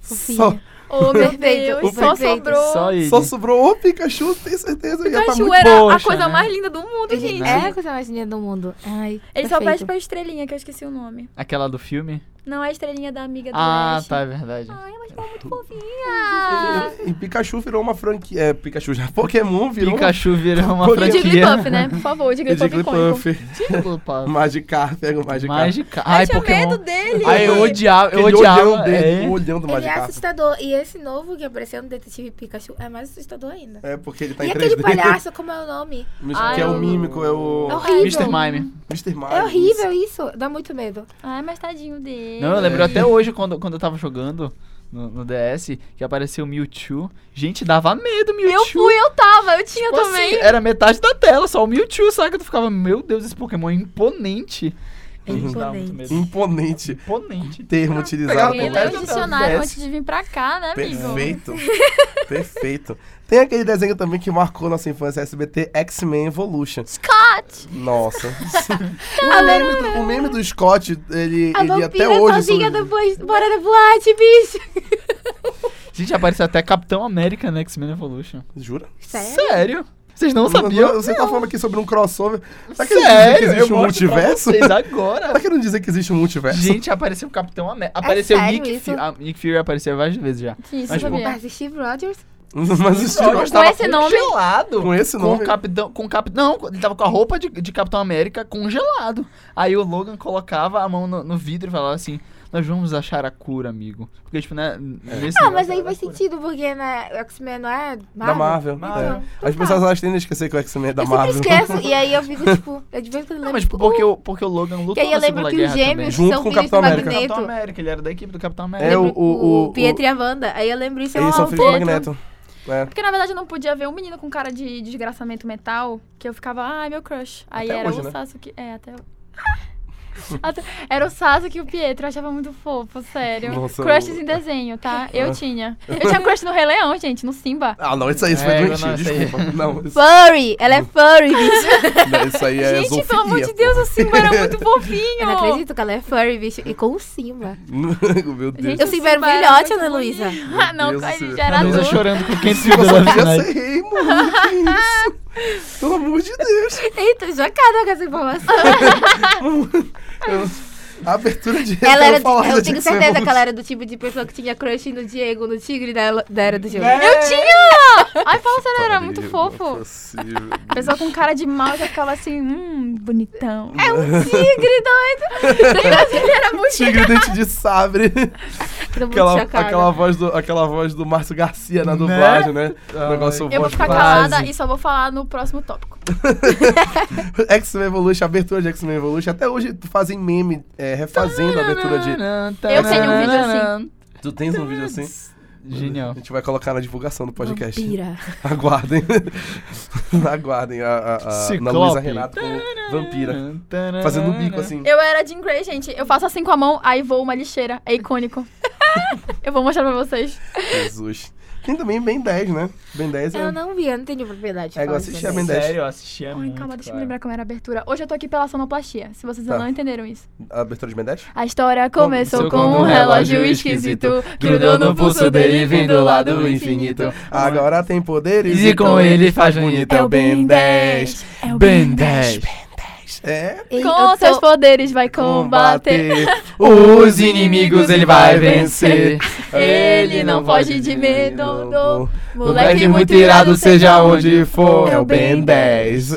B: Fofinho.
A: Só,
D: Oh, meu
B: Perfeito,
D: Deus, só
B: perfeito.
D: sobrou...
C: É Só ele.
A: só sobrou o Pikachu, tem certeza.
D: O
A: ia tá
D: Pikachu é
A: muito
D: era a
C: poxa,
D: coisa
C: né?
D: mais linda do mundo, gente.
B: É a coisa mais linda do mundo. Ai,
D: Ele só pede
B: perfeito.
D: pra estrelinha, que eu esqueci o nome.
C: Aquela do filme?
D: Não é a estrelinha da amiga do
C: Ah,
D: Ash.
C: tá, Uhum. é verdade.
D: Ai, mas tá muito fofinha.
A: E Pikachu virou uma franquia. É, Pikachu já. Pokémon virou
C: Pikachu virou uma
A: Poli-
D: E o
C: franquia.
D: Jigglypuff, né? Por favor, o Jigglypuff é icônico.
A: Jigglypuff.
C: Jigglypuff.
A: Magikarp, pega o Magikarp.
C: Magikarp.
D: Ai,
C: Ai, é um
D: tinha medo
C: Pokémon.
D: dele.
C: Ai, eu odiava, eu
A: Aquele olhão
C: odiava.
A: dele,
C: é.
A: o olhão do
B: Ele é
A: Magikarp.
B: assustador. E esse novo que apareceu no Detetive Pikachu é mais assustador ainda.
A: É, porque ele tá
B: e
A: em 3D.
B: aquele palhaço, como é o nome?
A: que é
D: Ai,
A: o
D: eu-
A: mímico, é o.
B: É horrível.
C: Mr. Mime.
A: Mr. Mime.
B: É horrível isso. Dá muito medo.
D: Ai, mas tadinho dele.
C: Não, é eu
A: É.
C: lembro até hoje quando, quando eu tava jogando no, no DS que apareceu o Mewtwo. Gente, dava medo Mewtwo.
D: Eu fui, eu tava, eu tinha
C: Tipo assim,
D: também.
C: era metade da tela, só o Mewtwo, saca? Tu ficava, meu Deus, esse Pokémon é imponente.
B: É
C: Gente, dava muito
B: imponente.
C: medo.
A: Imponente.
C: Imponente.
A: Termo utilizado
D: Ele
A: por
C: Pegava
D: leu
C: Pegava
D: o dicionário
C: o
D: antes de vir pra cá, né, amigo?
A: Perfeito. Perfeito. Tem aquele desenho também que marcou nossa infância SBT, X-Men Evolution.
D: Scott!
A: Nossa. o, meme do, o meme do Scott, ele,
B: A
A: ele até
B: vampira
A: hoje.
B: sozinha
A: sobre-
B: depois, bora da boate, bicho.
C: Gente, apareceu até Capitão América no X-Men Evolution.
A: Jura?
B: Sério?
C: Vocês não sabiam?
A: Você tá falando aqui sobre um crossover. Tá querendo dizer que
C: Sério?
A: existe
C: eu
A: um
C: mostro pra
A: multiverso?
C: Vocês agora.
A: Tá querendo dizer que existe um multiverso?
C: Gente, apareceu o Capitão América. Apareceu
B: sério
C: Nick
B: isso?
C: Fury. Ah, Nick Fury apareceu várias vezes já.
D: Que isso,
C: Mas, tipo,
D: eu sabia.
B: Mas e Steve Rogers?
A: Mas um o Steve
D: Com
A: Rogers
D: gostava- esse nome?
C: congelado.
A: com esse
C: Com o
A: nome.
C: capitão, com o cap... Não, ele tava com a roupa de, de Capitão América congelado. Aí o Logan colocava a mão no, no vidro e falava assim: Nós vamos achar a cura, amigo. Porque, tipo,
A: É.
C: né? nesse
B: Ah,
C: negócio
B: mas aí
C: era
B: faz
C: a cura.
B: sentido, porque né, o X-Men não é Marvel.
A: Da Marvel.
C: Marvel.
A: é. As pessoas elas tendem a esquecer que o X-Men é da
B: eu
A: Marvel.
B: sempre esqueço, e aí eu fico, tipo, eu de vez em quando
C: Não,
B: lembro,
C: mas
B: tipo,
C: porque,
B: uh,
C: o, porque o Logan lutou
B: que aí eu
C: na
B: lembro
C: Segunda
B: que os
C: Guerra
B: gêmeos
C: também.
A: Junto
B: são
A: com o
B: filhos do
A: Capitão
C: Ele era do
A: América.
C: Capitão
B: Magneto.
C: América, ele era da equipe do Capitão América.
A: É, o-
B: Lembro
A: o- o-
B: Pietro e a Wanda. Aí eu lembro isso é
A: Eles são
B: uma
A: filhos do
B: volta.
A: Magneto. É.
D: Porque, na verdade, eu não podia ver um menino com cara de desgraçamento mental, que eu ficava, ai, meu crush. Aí
A: Até
D: era
A: hoje,
D: o
A: né?
D: Sasuke. É, até. até... Era o Sasuke e o Pietro, eu achava muito fofo, sério.
A: Nossa, Ah.
D: Crushes
A: o-
D: em desenho, tá? Eu tinha. Eu tinha crush no Rei Leão, gente, no Simba.
A: Ah, não, isso aí isso foi
C: É,
A: doentio,
C: não, isso aí-
A: desculpa. Não, isso,
B: Furry! Ela é
A: Hum.
B: furry, bicho.
A: não, isso aí é
D: Gente, pelo amor de
A: zoofilia,
D: Deus, o Simba era muito
B: Eu não
D: fofinho.
B: acredito que ela é furry, bicho. E com o Simba.
A: pô. Meu Deus.
D: Gente,
B: Eu
D: o
B: Simba era um
D: Simba era
B: filhote,
D: muito
B: Ana
D: bonito.
B: Luísa.
D: Ah, não,
A: Deus
D: a
A: do céu.
D: gente era
C: A Luísa
D: adulto.
C: chorando com quem se
A: Tipo, Eu
C: viu
A: só
C: da
A: queria
C: finale.
A: ser rei, mano. Que isso? Pelo amor de Deus.
B: Eita, chocada com essa informação.
A: A abertura de
B: Ela era,
A: falar
B: de- eu
A: da
B: tenho
A: Dixie
B: certeza
A: Evans.
B: que ela era do tipo de pessoa que tinha crush no Diego, no Tigre da, da Era do Gelo.
A: Né?
D: Eu tinha! Ai, fala sério, era muito
A: Não é
D: fofo.
A: possível.
D: Pessoa com cara de mal já ficava assim, hum, bonitão.
B: É um tigre doido!
D: Era muito
A: Tigre dente de sabre.
B: Tô muito
A: Aquela,
B: chocada.
A: aquela, voz do, aquela voz do Márcio Garcia na
C: Né?
A: dublagem, né? O negócio
D: Eu vou
A: voz
D: ficar
A: pra-
C: Quase.
D: calada e só vou falar no próximo tópico.
A: X-Men Evolution, a abertura de X-Men Evolution. Até hoje fazem meme é, refazendo a abertura de.
D: Eu tenho um vídeo assim.
A: Tu tens um vídeo assim? A
C: Genial.
A: gente vai colocar na divulgação do podcast.
B: Vampira.
A: Aguardem. Aguardem a, a, a Ana
C: Ciclope.
A: Ah, Luísa Renato como vampira. Fazendo um bico assim.
D: Eu era Jean Grey, gente. Eu faço assim com a mão, aí vou uma lixeira. É icônico. eu vou mostrar pra vocês.
A: Jesus. Tem também Ben 10, né? Ben 10 é.
B: Eu não vi, eu não tenho propriedade. de
A: É, eu
B: falar
A: assisti
B: sobre
A: a
B: isso.
A: Ben 10.
C: Sério, eu assistia
D: Ai,
C: muito,
D: calma, deixa eu me
C: cara.
D: lembrar como era a abertura. Hoje eu tô aqui pela sonoplastia, se vocês
A: Tá.
D: ainda não entenderam isso.
A: A abertura de Ben 10?
D: A história começou
C: Começou
D: com um relógio esquisito, grudou no pulso dele e vindo lá do infinito.
A: Agora tem poderes.
C: Então, E com ele faz bonito.
A: bonito. É o Ben 10.
D: É o
C: Ben 10.
A: mais. É.
B: Ei,
D: Com
B: eu
D: seus
B: tô-
D: poderes vai combater.
C: os inimigos, ele vai vencer.
D: Ele não foge de medo do
C: Moleque muito irado, seja onde for.
A: É o Ben
D: Ben
A: 10.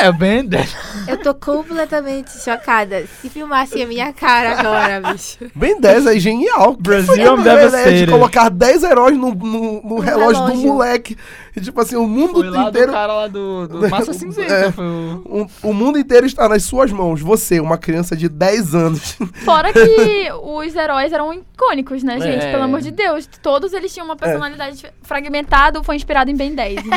C: É bem dessa.
B: Eu tô completamente chocada. Se filmasse a minha cara agora, bicho.
A: Ben 10 é genial.
C: Brasil
A: Foi
C: um
A: a ideia de
C: Devastated.
A: colocar 10 heróis no, no- no relógio do
B: relógio.
A: moleque. E, tipo assim, o mundo
C: Foi lá do
A: inteiro.
C: cara lá do, do Massa
A: É.
C: Cinzenta. Foi o...
A: O, Um, o mundo inteiro está nas suas mãos. Você, uma criança de 10 anos.
D: Fora que os heróis eram icônicos, né, gente?
C: É.
D: Pelo amor de Deus. Todos eles tinham uma personalidade fragmentada, um foi inspirado em Ben 10. né?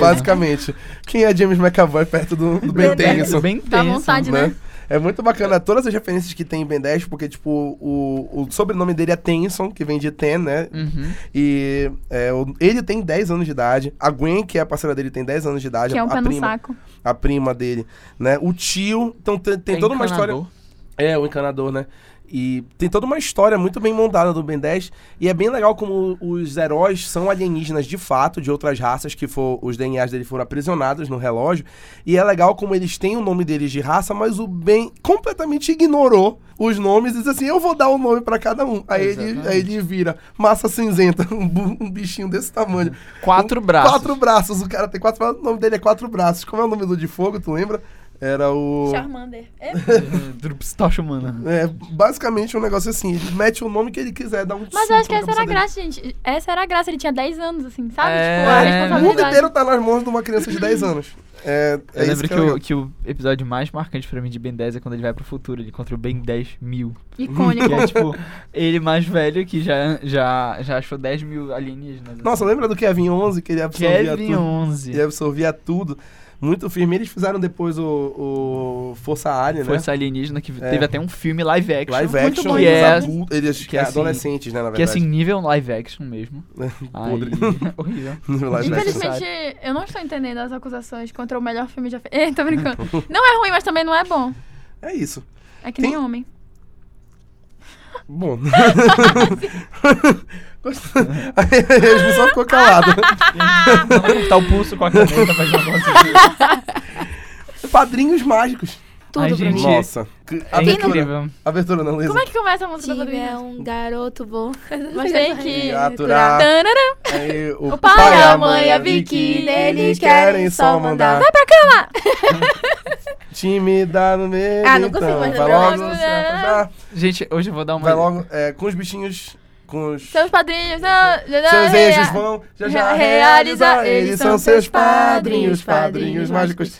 A: Basicamente. Quem é James McAvoy perto do, do Ben Tennyson?
C: Bem
D: Dá
C: tenso.
D: vontade, né?
A: né? É muito bacana todas as referências que tem em Ben 10, porque, tipo, o, o sobrenome dele é Tennyson, que vem de Ten, né?
C: Uhum.
A: E é, o- ele tem 10 anos de idade. A Gwen, que é a parceira dele, tem 10 anos de idade.
D: Que é um
A: a,
D: pé no
A: prima,
D: saco.
A: a prima dele, né? O tio. Então tem, tem
C: É
A: toda uma história.
C: encanador.
A: É, o encanador, né? E tem toda uma história muito bem montada do Ben 10. E é bem legal como os heróis são alienígenas de fato, de outras raças, que for, os DNAs dele foram aprisionados no relógio. E é legal como eles têm o nome deles de raça, mas o Ben completamente ignorou os nomes e disse assim: eu vou dar um nome pra cada um. Aí ele,
C: Exatamente.
A: aí ele vira massa cinzenta, um, bu- um bichinho desse tamanho. Um,
C: Quatro braços.
A: Quatro braços, o cara tem quatro braços. O nome dele é Quatro Braços. Como é o nome do de fogo, tu lembra? Era o.
D: Charmander. É.
C: Drupstosh, mano.
A: É, basicamente um negócio assim, ele mete o nome que ele quiser, dá um
D: Mas
A: soco
D: eu acho que
A: na
D: essa era
A: cabeça
D: a graça, gente. Essa era a graça. Ele tinha 10 anos, assim, sabe?
C: É.
D: Tipo, a
A: dele. O mundo
D: responsabilidade.
A: inteiro tá nas mãos de uma criança de 10 anos. É, é
C: Eu
A: isso
C: lembro
A: que
C: que,
A: é legal.
C: o, que o episódio mais marcante pra mim de Ben 10 é quando ele vai pro futuro. Ele encontra o Ben 10 mil.
D: Icônico.
C: Que é tipo, ele mais velho que já, já, já achou 10 mil alienígenas. assim.
A: Nossa, lembra do Kevin 11, que ele absorvia
C: Kevin
A: tudo?
C: 11.
A: Ele absorvia tudo. Muito firme. Eles fizeram depois o, o Força Alien,
C: Foi
A: né?
C: essa alienígena que
A: É.
C: teve até um filme live action.
A: Live
C: muito
A: action,
C: bom.
A: eles,
C: Que é,
A: adultos, eles
C: que é assim-
A: adolescentes, né, na
C: que é assim,
A: verdade.
C: nível live action mesmo.
A: Podre.
C: Aí, horrível.
A: Live action.
D: Infelizmente, eu não estou entendendo as acusações contra o melhor filme já feito. Eh, tô brincando. Não é ruim, mas também não é bom.
A: É isso.
D: É que
A: Tem-
D: nem homem.
A: Bom. Gostou? a Yasmin só ficou calada.
C: Não vai cortar o pulso com a caneta, mas não conseguiu.
A: Padrinhos mágicos.
B: Tudo
C: Ai,
B: pra
C: gente.
B: mim.
A: Nossa.
C: É
A: Abertura,
C: incrível.
A: abertura não, Luísa.
D: Como é que começa a música da
B: Tive é
D: Bíblia?
B: um garoto bom.
C: é
D: Mas tem
A: E
D: que...
A: aturar.
D: Tanana.
A: Aí,
D: O pai, a mãe, a Vicky,
B: neles querem só mandar.
A: Vai pra cama! Time dá no meio.
B: Ah, não consigo
A: então,
B: mais
A: Vai
B: lembrar.
A: logo, se afastar.
C: Gente, hoje eu vou dar uma...
A: vai logo é, com os bichinhos, com os.
D: Seus padrinhos... não-
A: Seus anjos
D: rea-
A: vão já já
D: rea-
A: realizar.
D: realizar,
A: Eles são seus padrinhos, padrinhos
B: padrinhos, padrinhos
A: mágicos.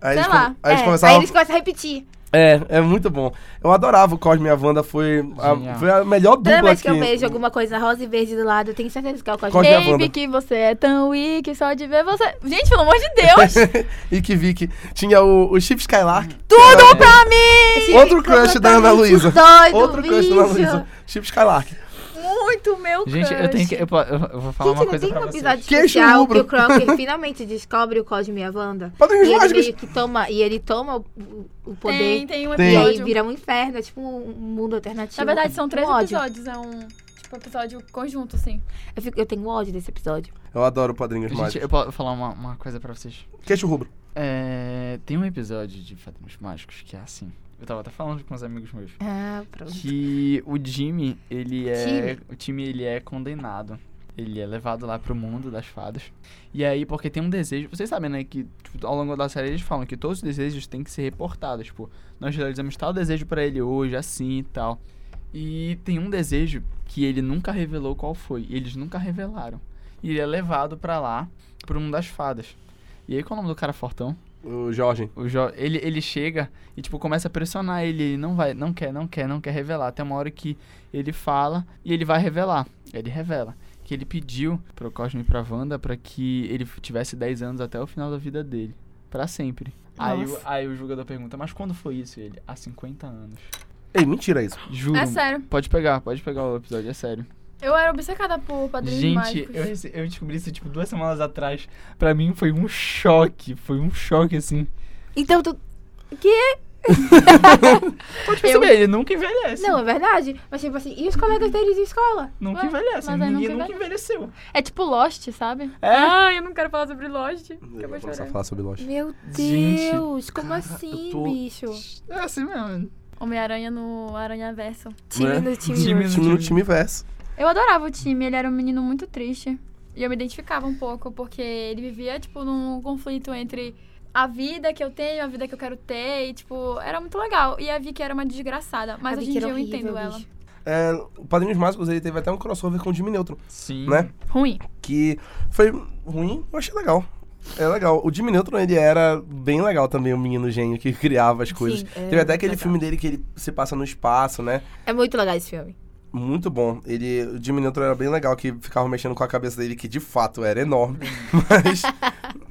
A: Aí
D: Sei
A: eles,
D: lá.
A: com- aí eles
B: É,
A: começavam.
B: Aí eles começam a repetir.
A: É, é muito bom. Eu adorava o Cosme e a Wanda. Foi a,
C: Genial.
A: foi a melhor dupla
B: Toda vez
A: aqui.
B: que eu vejo alguma coisa rosa e verde do lado, eu tenho certeza que é o Cosmo.
A: Cosmo- Cosme e a
D: Ei,
A: Wanda.
D: Vicky, você é tão weak, só de ver você... Gente, pelo amor de Deus!
A: e que Vicky. Tinha o, o Chip Skylark.
D: Tudo pra mim!
B: Esse
A: Outro
B: fica
A: crush da Ana
B: completamente
A: Luísa.
B: Doido,
A: Outro crush da Ana Luísa. Chip Skylark.
D: Muito meu
C: Gente,
D: crush.
C: eu tenho que... Eu, po- eu- eu vou falar
B: Gente,
C: uma
B: não
C: coisa
B: tem
C: pra
B: um
C: vocês.
B: episódio
A: Queixo
B: especial que
A: rubro.
B: o Crocker finalmente descobre o Cosme e a Wanda?
A: Padrinhos
B: E ele é
A: mágicos.
B: meio que toma, e ele toma o- o, o poder
D: Tem, tem um
A: Tem.
B: e aí
D: episódio.
B: vira um inferno, é tipo um mundo alternativo.
D: Na verdade, são três
B: um ódio.
D: episódios. É um tipo, episódio conjunto, assim.
B: Eu, fico- eu tenho ódio desse episódio.
A: Eu adoro Padrinhos
C: Gente,
A: Mágicos.
C: eu posso falar uma, uma coisa pra vocês.
A: Queixo rubro.
C: É, tem um episódio de Padrinhos Mágicos que é assim. Eu tava até falando com uns amigos meus.
B: Ah, pronto.
C: Que o Jimmy, ele é. O time ele é condenado. Ele é levado lá pro mundo das fadas. E aí, porque tem um desejo. Vocês sabem, né? Que tipo, ao longo da série eles falam que todos os desejos têm que ser reportados. Tipo, nós realizamos tal desejo pra ele hoje, assim e tal. E tem um desejo que ele nunca revelou qual foi. E eles nunca revelaram. E ele é levado pra lá, pro mundo das fadas. E aí, qual é o nome do cara fortão?
A: O Jorge.
C: O jo ele, ele chega e, tipo, começa a pressionar ele. Ele não vai, não quer, não quer, não quer revelar. Até uma hora que ele fala e ele vai revelar. Ele revela que ele pediu pro Cosme e pra Wanda pra que ele f- tivesse 10 anos até o final da vida dele. Pra sempre. Aí, o-
B: Nossa.
C: aí o julgador pergunta, mas quando foi isso? Ele, há 50 anos.
A: Ei, mentira isso.
C: Juro.
D: É sério.
C: Pode pegar, pode pegar o episódio, é sério.
D: Eu era obcecada por Padrinhos
C: Gente,
D: Mágicos.
C: eu, rece- eu descobri isso, tipo, duas semanas atrás. Pra mim foi um choque, foi um choque, assim.
B: Então, tu...
C: Pode perceber, ele nunca envelhece.
B: Não, é verdade. Mas tipo assim, e os colegas deles de escola?
C: Nunca
D: Ué,
C: envelhece.
D: mas aí
C: Ninguém
D: nunca
C: nunca envelheceu.
D: É tipo Lost, sabe?
C: É.
D: Ah, eu não quero falar sobre Lost.
A: Eu
D: Acabou
A: vou
D: de
A: começar a
D: chorar.
A: falar sobre Lost.
B: Meu
C: Gente,
B: Deus, como
A: cara,
B: assim,
A: eu tô- Né?
B: bicho?
C: É assim mesmo.
D: Homem-Aranha no Aranha Verso.
B: Time
A: Né?
B: no time.
C: Hum. Time
B: Rush.
C: no
A: Time no time verso.
D: Eu adorava o time, ele era um menino muito triste. E eu me identificava um pouco, porque ele vivia, tipo, num conflito entre a vida que eu tenho, a vida que eu quero ter, e, tipo, era muito legal. E a Vicky era uma desgraçada,
B: Ah,
D: mas hoje
B: Vicky
D: em
B: era
D: dia eu
B: horrível,
D: entendo ela.
B: bicho.
A: É, o Padrinhos Mágicos, ele teve até um crossover com o Jimmy Neutron,
C: Sim.
A: né?
D: Ruim.
A: Que foi ruim, eu achei legal. É legal. O Jimmy Neutron, ele era bem legal também, o menino gênio que criava as coisas.
B: Sim, é
A: Teve até aquele
B: legal.
A: filme dele que ele se passa no espaço, né?
B: É muito legal esse filme.
A: Muito bom. Ele, o Jimmy Neutron era bem legal, que ficava mexendo com a cabeça dele, que de fato era enorme. Mas,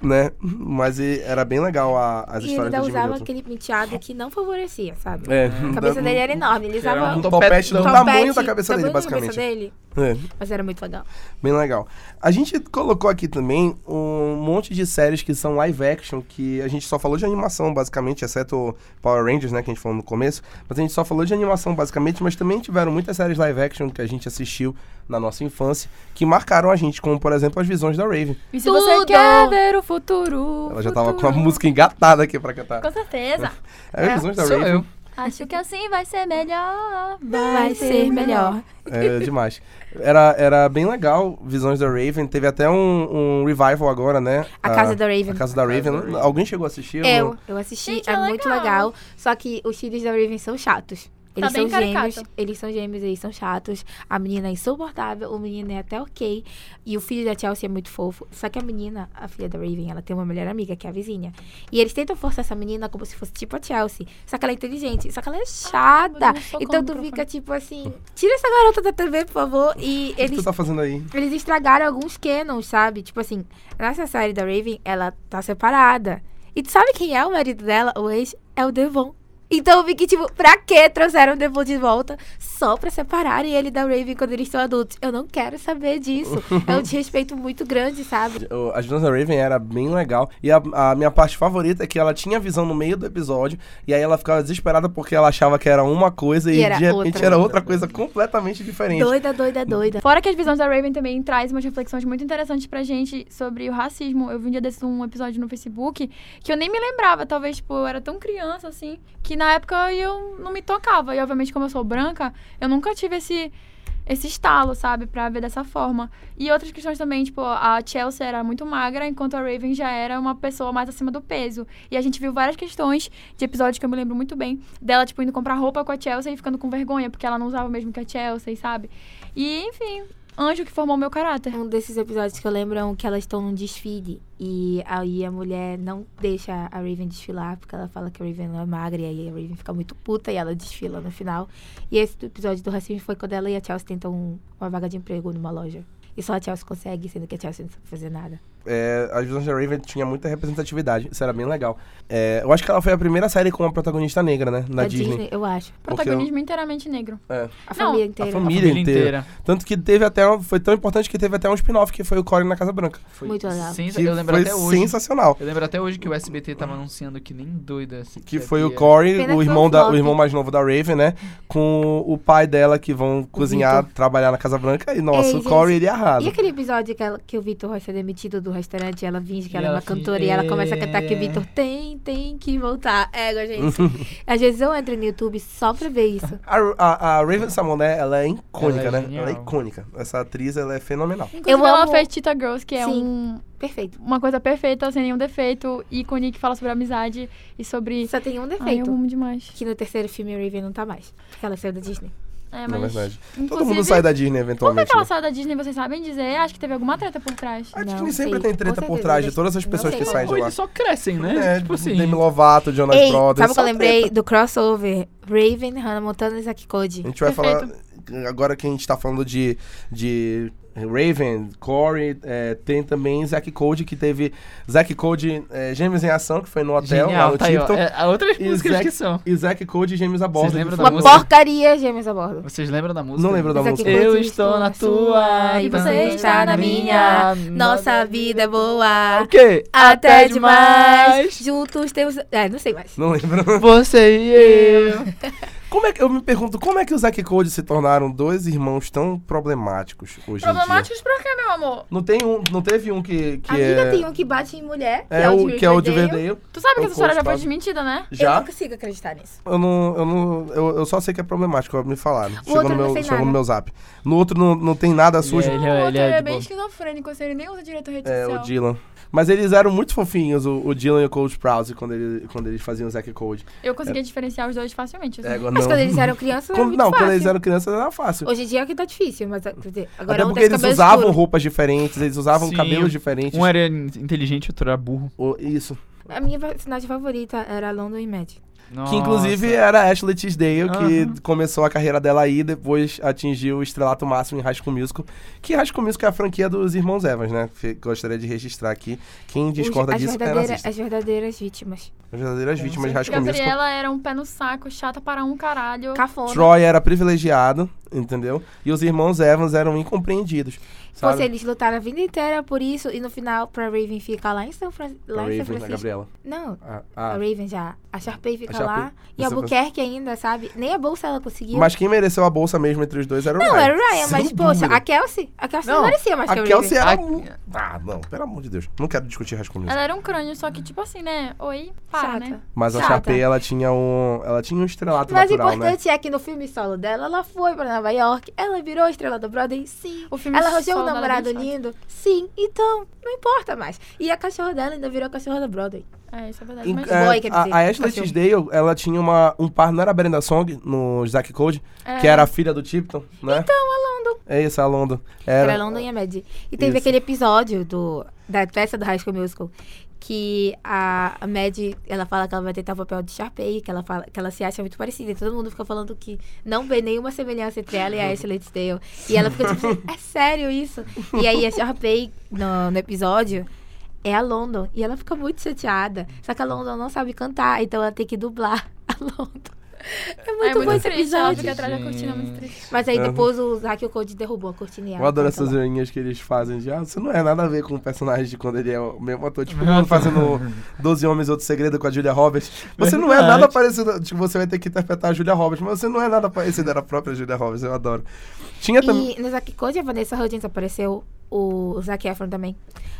A: né? Mas e- era bem legal a- as
B: e ele
A: histórias
B: ainda
A: do Jimmy
B: usava
A: Neutron.
B: aquele penteado que não favorecia, sabe?
A: É,
B: A cabeça
A: da-
B: dele era enorme, ele
C: Que era
B: usava
A: um
C: um
A: topete do
C: topete,
A: tamanho da cabeça dele,
B: tamanho da cabeça
A: basicamente.
B: dele,
A: É,
B: mas era muito legal.
A: bem legal. A gente colocou aqui também um monte de séries que são live action, que a gente só falou de animação, basicamente, exceto Power Rangers, né, que a gente falou no começo. Mas a gente só falou de animação, basicamente, mas também tiveram muitas séries live action que a gente assistiu na nossa infância, que marcaram a gente, como, por exemplo, as visões da Raven.
D: E se você
B: Tudo!
D: quer ver o futuro.
A: Ela já tava com a
D: futuro.
A: música engatada aqui pra cantar.
D: Com certeza.
A: É, as visões da
C: Sou
A: Raven.
C: eu.
D: Acho que assim vai ser melhor.
B: Vai ser melhor.
A: É demais. Era, era bem legal, Visões da Raven. Teve até um, um revival agora, né?
B: A Casa da Raven.
A: A Casa da
C: A Casa
A: Raven.
C: da Raven.
A: Alguém chegou a assistir?
B: Eu, eu assisti,
D: Gente,
B: é,
D: é
B: muito
D: legal. Tá
B: legal. Só que os filhos da Raven são chatos. Eles
D: bem
B: são gêmeos,
D: caricato.
B: eles são gêmeos, eles são chatos. A menina é insuportável, o menino é até ok. E o filho da Chelsea é muito fofo. Só que a menina, a filha da Raven, ela tem uma melhor amiga, que é a vizinha. E eles tentam forçar essa menina como se fosse tipo a Chelsea. Só que ela é inteligente, só que
D: Ah,
B: ela é chata.
D: dar um socão
B: então
D: no
B: tu fica
D: microfone.
B: tipo assim: tira essa garota da TV, por favor. E
A: O que
B: eles
A: tu tá fazendo aí?
B: eles estragaram alguns canons, sabe? Tipo assim, nessa série da Raven, ela tá separada. E tu sabe quem é o marido dela? O ex é o Devon. Então eu vi que, tipo, pra que trouxeram o Devon de volta só pra separarem ele da Raven quando eles são adultos? Eu não quero saber disso. é um desrespeito muito grande, sabe?
A: O- As Visões da Raven era bem legal. E a, a minha parte favorita é que ela tinha a visão no meio do episódio. E aí ela ficava desesperada porque ela achava que era uma coisa e,
B: E era
A: de repente
B: outra.
A: era outra coisa completamente diferente.
B: Doida, doida, doida.
D: Fora que as visões da Raven também traz umas reflexões muito interessantes pra gente sobre o racismo. Eu vi um dia desses um episódio no Facebook que eu nem me lembrava, talvez, tipo, eu era tão criança, assim, que na época eu não me tocava. E, obviamente, como eu sou branca, eu nunca tive esse, esse estalo, sabe, pra ver dessa forma. E outras questões também, tipo, a Chelsea era muito magra, enquanto a Raven já era uma pessoa mais acima do peso. E a gente viu várias questões de episódios que eu me lembro muito bem dela, tipo, indo comprar roupa com a Chelsea e ficando com vergonha, porque ela não usava o mesmo que a Chelsea, sabe? E, enfim, anjo que formou meu caráter.
B: Um desses episódios que eu lembro é um que elas estão num desfile. E aí a mulher não deixa a Raven desfilar, porque ela fala que a Raven não é magra. E aí a Raven fica muito puta e ela desfila no final. E esse episódio do racismo foi quando ela e a Chelsea tentam um- uma vaga de emprego numa loja. E só a Chelsea consegue, sendo que a Chelsea não sabe fazer nada.
A: É, as visões da Raven tinha muita representatividade. Isso era bem legal. É, eu acho que ela foi a primeira série com uma protagonista negra, né? Na
B: da
A: Disney.
B: É eu acho.
A: Porque eu-
D: Protagonismo inteiramente negro.
A: É.
B: A família
A: A
B: inteira.
C: A
A: família inteira. Tanto que teve até. um- Foi tão importante que teve até um spin-off que foi o Corey na Casa Branca.
C: Foi
B: Muito legal.
C: sensa-
A: que
C: Eu lembro
A: foi
C: até hoje.
A: sensacional.
C: Eu lembro até hoje que o SBT tava anunciando que nem doida. assim,
A: Que foi o
C: havia-
A: Corey,
B: Pena que
A: o
B: foi
A: irmão,
B: um
A: da, o
B: flop.
A: irmão mais novo da Raven, né? Com o pai dela que vão cozinhar, trabalhar na Casa Branca. E nossa,
B: Ei,
A: o
B: gente,
A: Corey ele é arrasa.
B: E aquele episódio que, ela- que o Vitor vai ser demitido do restaurante, e ela finge que
C: E
B: ela é
C: ela
B: uma
C: finge-
B: cantora e ela começa a cantar que o
C: É.
B: Vitor tem, tem que voltar. Égua, gente. Às vezes eu entro no YouTube só pra ver isso.
A: A, a- a Raven Samoné, ela é icônica,
C: Ela é
A: né? Ela é
C: genial.
A: icônica. Essa atriz, ela é fenomenal.
D: Inclusive,
B: Eu
D: ela
B: amo-
D: fez Cheetah Girls, que é
B: Sim.
D: um-
B: Perfeito.
D: uma coisa perfeita, sem nenhum defeito, ícone que fala sobre amizade e sobre...
B: Só tem um
D: Ai, eu
B: defeito.
D: amo demais.
B: Que no terceiro filme a Raven não tá mais. Porque ela saiu da Disney.
D: É,
A: Na
D: mas...
A: verdade. Todo
D: inclusive,
A: mundo sai da Disney
D: Como é
A: eventualmente.
D: que ela
A: né?
D: saiu da Disney, vocês sabem dizer? Acho que teve alguma treta por trás.
A: A Disney
B: Não
A: sempre
B: sei.
A: tem
B: Com
A: treta por
B: certeza,
A: trás de
B: eles-
A: todas as
B: não
A: pessoas
B: sei.
A: que
B: Não,
A: saem de
C: Ou
A: lá.
C: eles só crescem, né?
A: É,
C: tipo assim.
A: Demi Lovato, Jonas
B: Ei,
A: Brothers.
B: sabe o que
A: só
B: eu lembrei
A: treta.
B: do crossover? Raven, Hannah Montana e Zack Cody.
A: A gente vai
D: Perfeito.
A: falar. Agora que a gente tá falando de, de Raven, Corey, é, tem também Zack Code, que teve Zack Code é, Gêmeos em Ação, que foi no hotel, lá
C: Genial,
A: no
C: tá aí, ó.
A: Tipton.
C: É, há outras
A: E
C: músicas
A: Zac-
C: que são.
A: E Zack Code e Gêmeos a Bordo.
C: Vocês
A: que
C: lembram da
B: Uma
A: foi-
C: música?
B: porcaria, gêmeos a bordo.
C: Vocês lembram da música?
A: Não lembro da
B: Zac
A: música.
B: Code.
C: Eu estou na tua
B: E
C: então
B: você está na minha. Nossa vida é boa.
C: Ok.
B: Até demais. Juntos temos. É, não sei mais.
A: Não lembro.
C: Você e eu.
A: Como é que, eu me pergunto, como é que o Zack e Cody se tornaram dois irmãos tão problemáticos hoje em dia?
D: Problemáticos pra quê, meu amor?
A: Não, tem um, não teve um que, que
B: Amiga,
A: é...
B: tem um que bate em mulher.
A: é o, que é o de
B: Riverdale.
A: Verdale.
D: Tu sabe
A: Eu
D: que essa história já
A: constava.
D: foi desmentida, né?
A: Já?
B: Eu não consigo acreditar nisso.
A: Eu não, eu não, eu, eu só sei que é problemático, me falaram. chegou
B: outro
A: no
B: não
A: meu,
B: sei
A: chegou
B: nada.
A: no meu zap. No outro não, não tem nada sujo.
C: Ele é-
D: O outro
C: ele é de
D: bem
C: boa.
D: esquizofrênico, assim, ele nem usa direito a rede
A: É, o
D: social.
A: Dylan. Mas eles eram muito fofinhos, o, o Dylan e o Cold Prowse, quando, ele, quando eles faziam o Zack e Cody.
D: Eu conseguia diferenciar os dois facilmente. assim.
A: É, agora
B: Mas
A: não-
B: quando eles eram crianças, era
A: Quando-
B: muito
A: não,
B: fácil.
A: quando eles eram crianças era fácil.
B: Hoje em dia é que tá difícil, mas quer dizer, agora
A: Até
B: um
A: porque
B: tem
A: eles
B: cabelo
A: usavam
B: escuro.
A: roupas diferentes, eles usavam
C: Sim.
A: cabelos diferentes.
C: Um era in- inteligente, outro era burro.
A: O- isso.
B: A minha personagem favorita era a London e Matt.
A: Que inclusive
C: Nossa.
A: era a Ashley Tisdale,
C: Aham.
A: que começou a carreira dela aí, depois atingiu o estrelato máximo em High School Musical. Que High School Musical é a franquia dos irmãos Evans, né? Fe- Gostaria de registrar aqui. Quem discorda
B: Os- as,
A: disso é
B: verdadeira-
A: nazista.
B: as verdadeiras É, vítimas.
A: As verdadeiras
C: Com
A: vítimas de High School Musical.
D: Gabriela era um pé no saco, chata para um caralho.
B: Cafona.
A: Troy era privilegiado, entendeu? E os irmãos Evans eram incompreendidos. Sabe?
B: Pois eles lutaram a vida inteira por isso e no final pra Raven ficar lá em São, Fran...
A: a
B: lá em São
A: Raven, a
B: Francisco.
A: Gabriela.
B: Não,
C: Ah,
A: A-
B: a
A: a-
B: Raven já. A Sharpay fica
A: A Sharpay.
B: lá. E
A: Em
B: a
A: São
B: Albuquerque ainda, sabe? Nem a bolsa ela conseguiu.
A: Mas quem mereceu a bolsa mesmo entre os dois era o Ryan.
B: Não, era o Ryan, mas
A: Sem
B: poxa,
A: dúvida.
B: a Kelsey. A Kelsey não,
C: Não,
B: merecia mais que a
A: A
B: Raven.
A: Kelsey era
C: A-
A: um... Ah, não, pelo amor de Deus. Não quero discutir High School Musical.
D: Ela era um crânio, só que tipo assim, né? Oi, para,
B: Chata.
D: né?
A: Mas a
B: Chata.
A: Chapé, ela tinha um. Ela tinha um estrelato
B: Mas o
A: natural, né?
B: importante é que no filme solo dela, ela foi pra Nova York, ela virou estrela do Broadway, sim.
D: O filme
B: Ela arranjou um
D: solo dela é
B: namorado
D: bem chato.
B: lindo, sim. Então, não importa mais. E a cachorra dela ainda virou a cachorra do Broadway.
D: É, isso é verdade.
A: Em-
D: Mas
A: é,
B: boy, quer
A: a,
B: dizer,
A: a Ashley
B: cachorro.
A: Tisdale, ela tinha uma, um par, não era a Brenda Song no Zack Code,
D: É.
A: que era a filha do Tipton, né?
B: Então, a London.
A: É isso, a London.
B: Era,
A: Era,
B: London e a Mad. E teve
A: Isso.
B: aquele episódio do, da peça do High School Musical que a, a Mad, ela fala que ela vai tentar o papel de Sharpay, que ela fala que ela se acha muito parecida. E todo mundo fica falando que não vê nenhuma semelhança entre ela e
A: Uhum.
B: a Ashley Tisdale. E ela fica tipo, é sério isso? E aí a Sharpay, no, no episódio, é a London. E ela fica muito chateada. Só que a London não sabe cantar, então ela tem que dublar a London. É
D: É
B: muito,
D: muito,
B: bom esse
D: triste, ela
B: episódio.
D: fica atrás da cortina, é muito triste.
B: Mas aí
A: É.
B: depois o Zack Code derrubou a cortina. e
A: eu
B: ela
A: adoro
B: canta
A: essas
B: lá.
A: reuniões que eles fazem de. Ah, isso não é nada a ver com o personagem de quando ele é o mesmo ator. Tipo,
C: Meu Deus.
A: fazendo 12 Homens e Outro Segredo com a Julia Roberts. Você não é
C: Verdade.
A: nada parecido. Tipo, você vai ter que interpretar a Julia Roberts, mas você não é nada parecido. Era a própria Julia Roberts, eu adoro. Tinha também.
B: E no Zack Code, a Vanessa Hudgens apareceu, o Zac Efron também.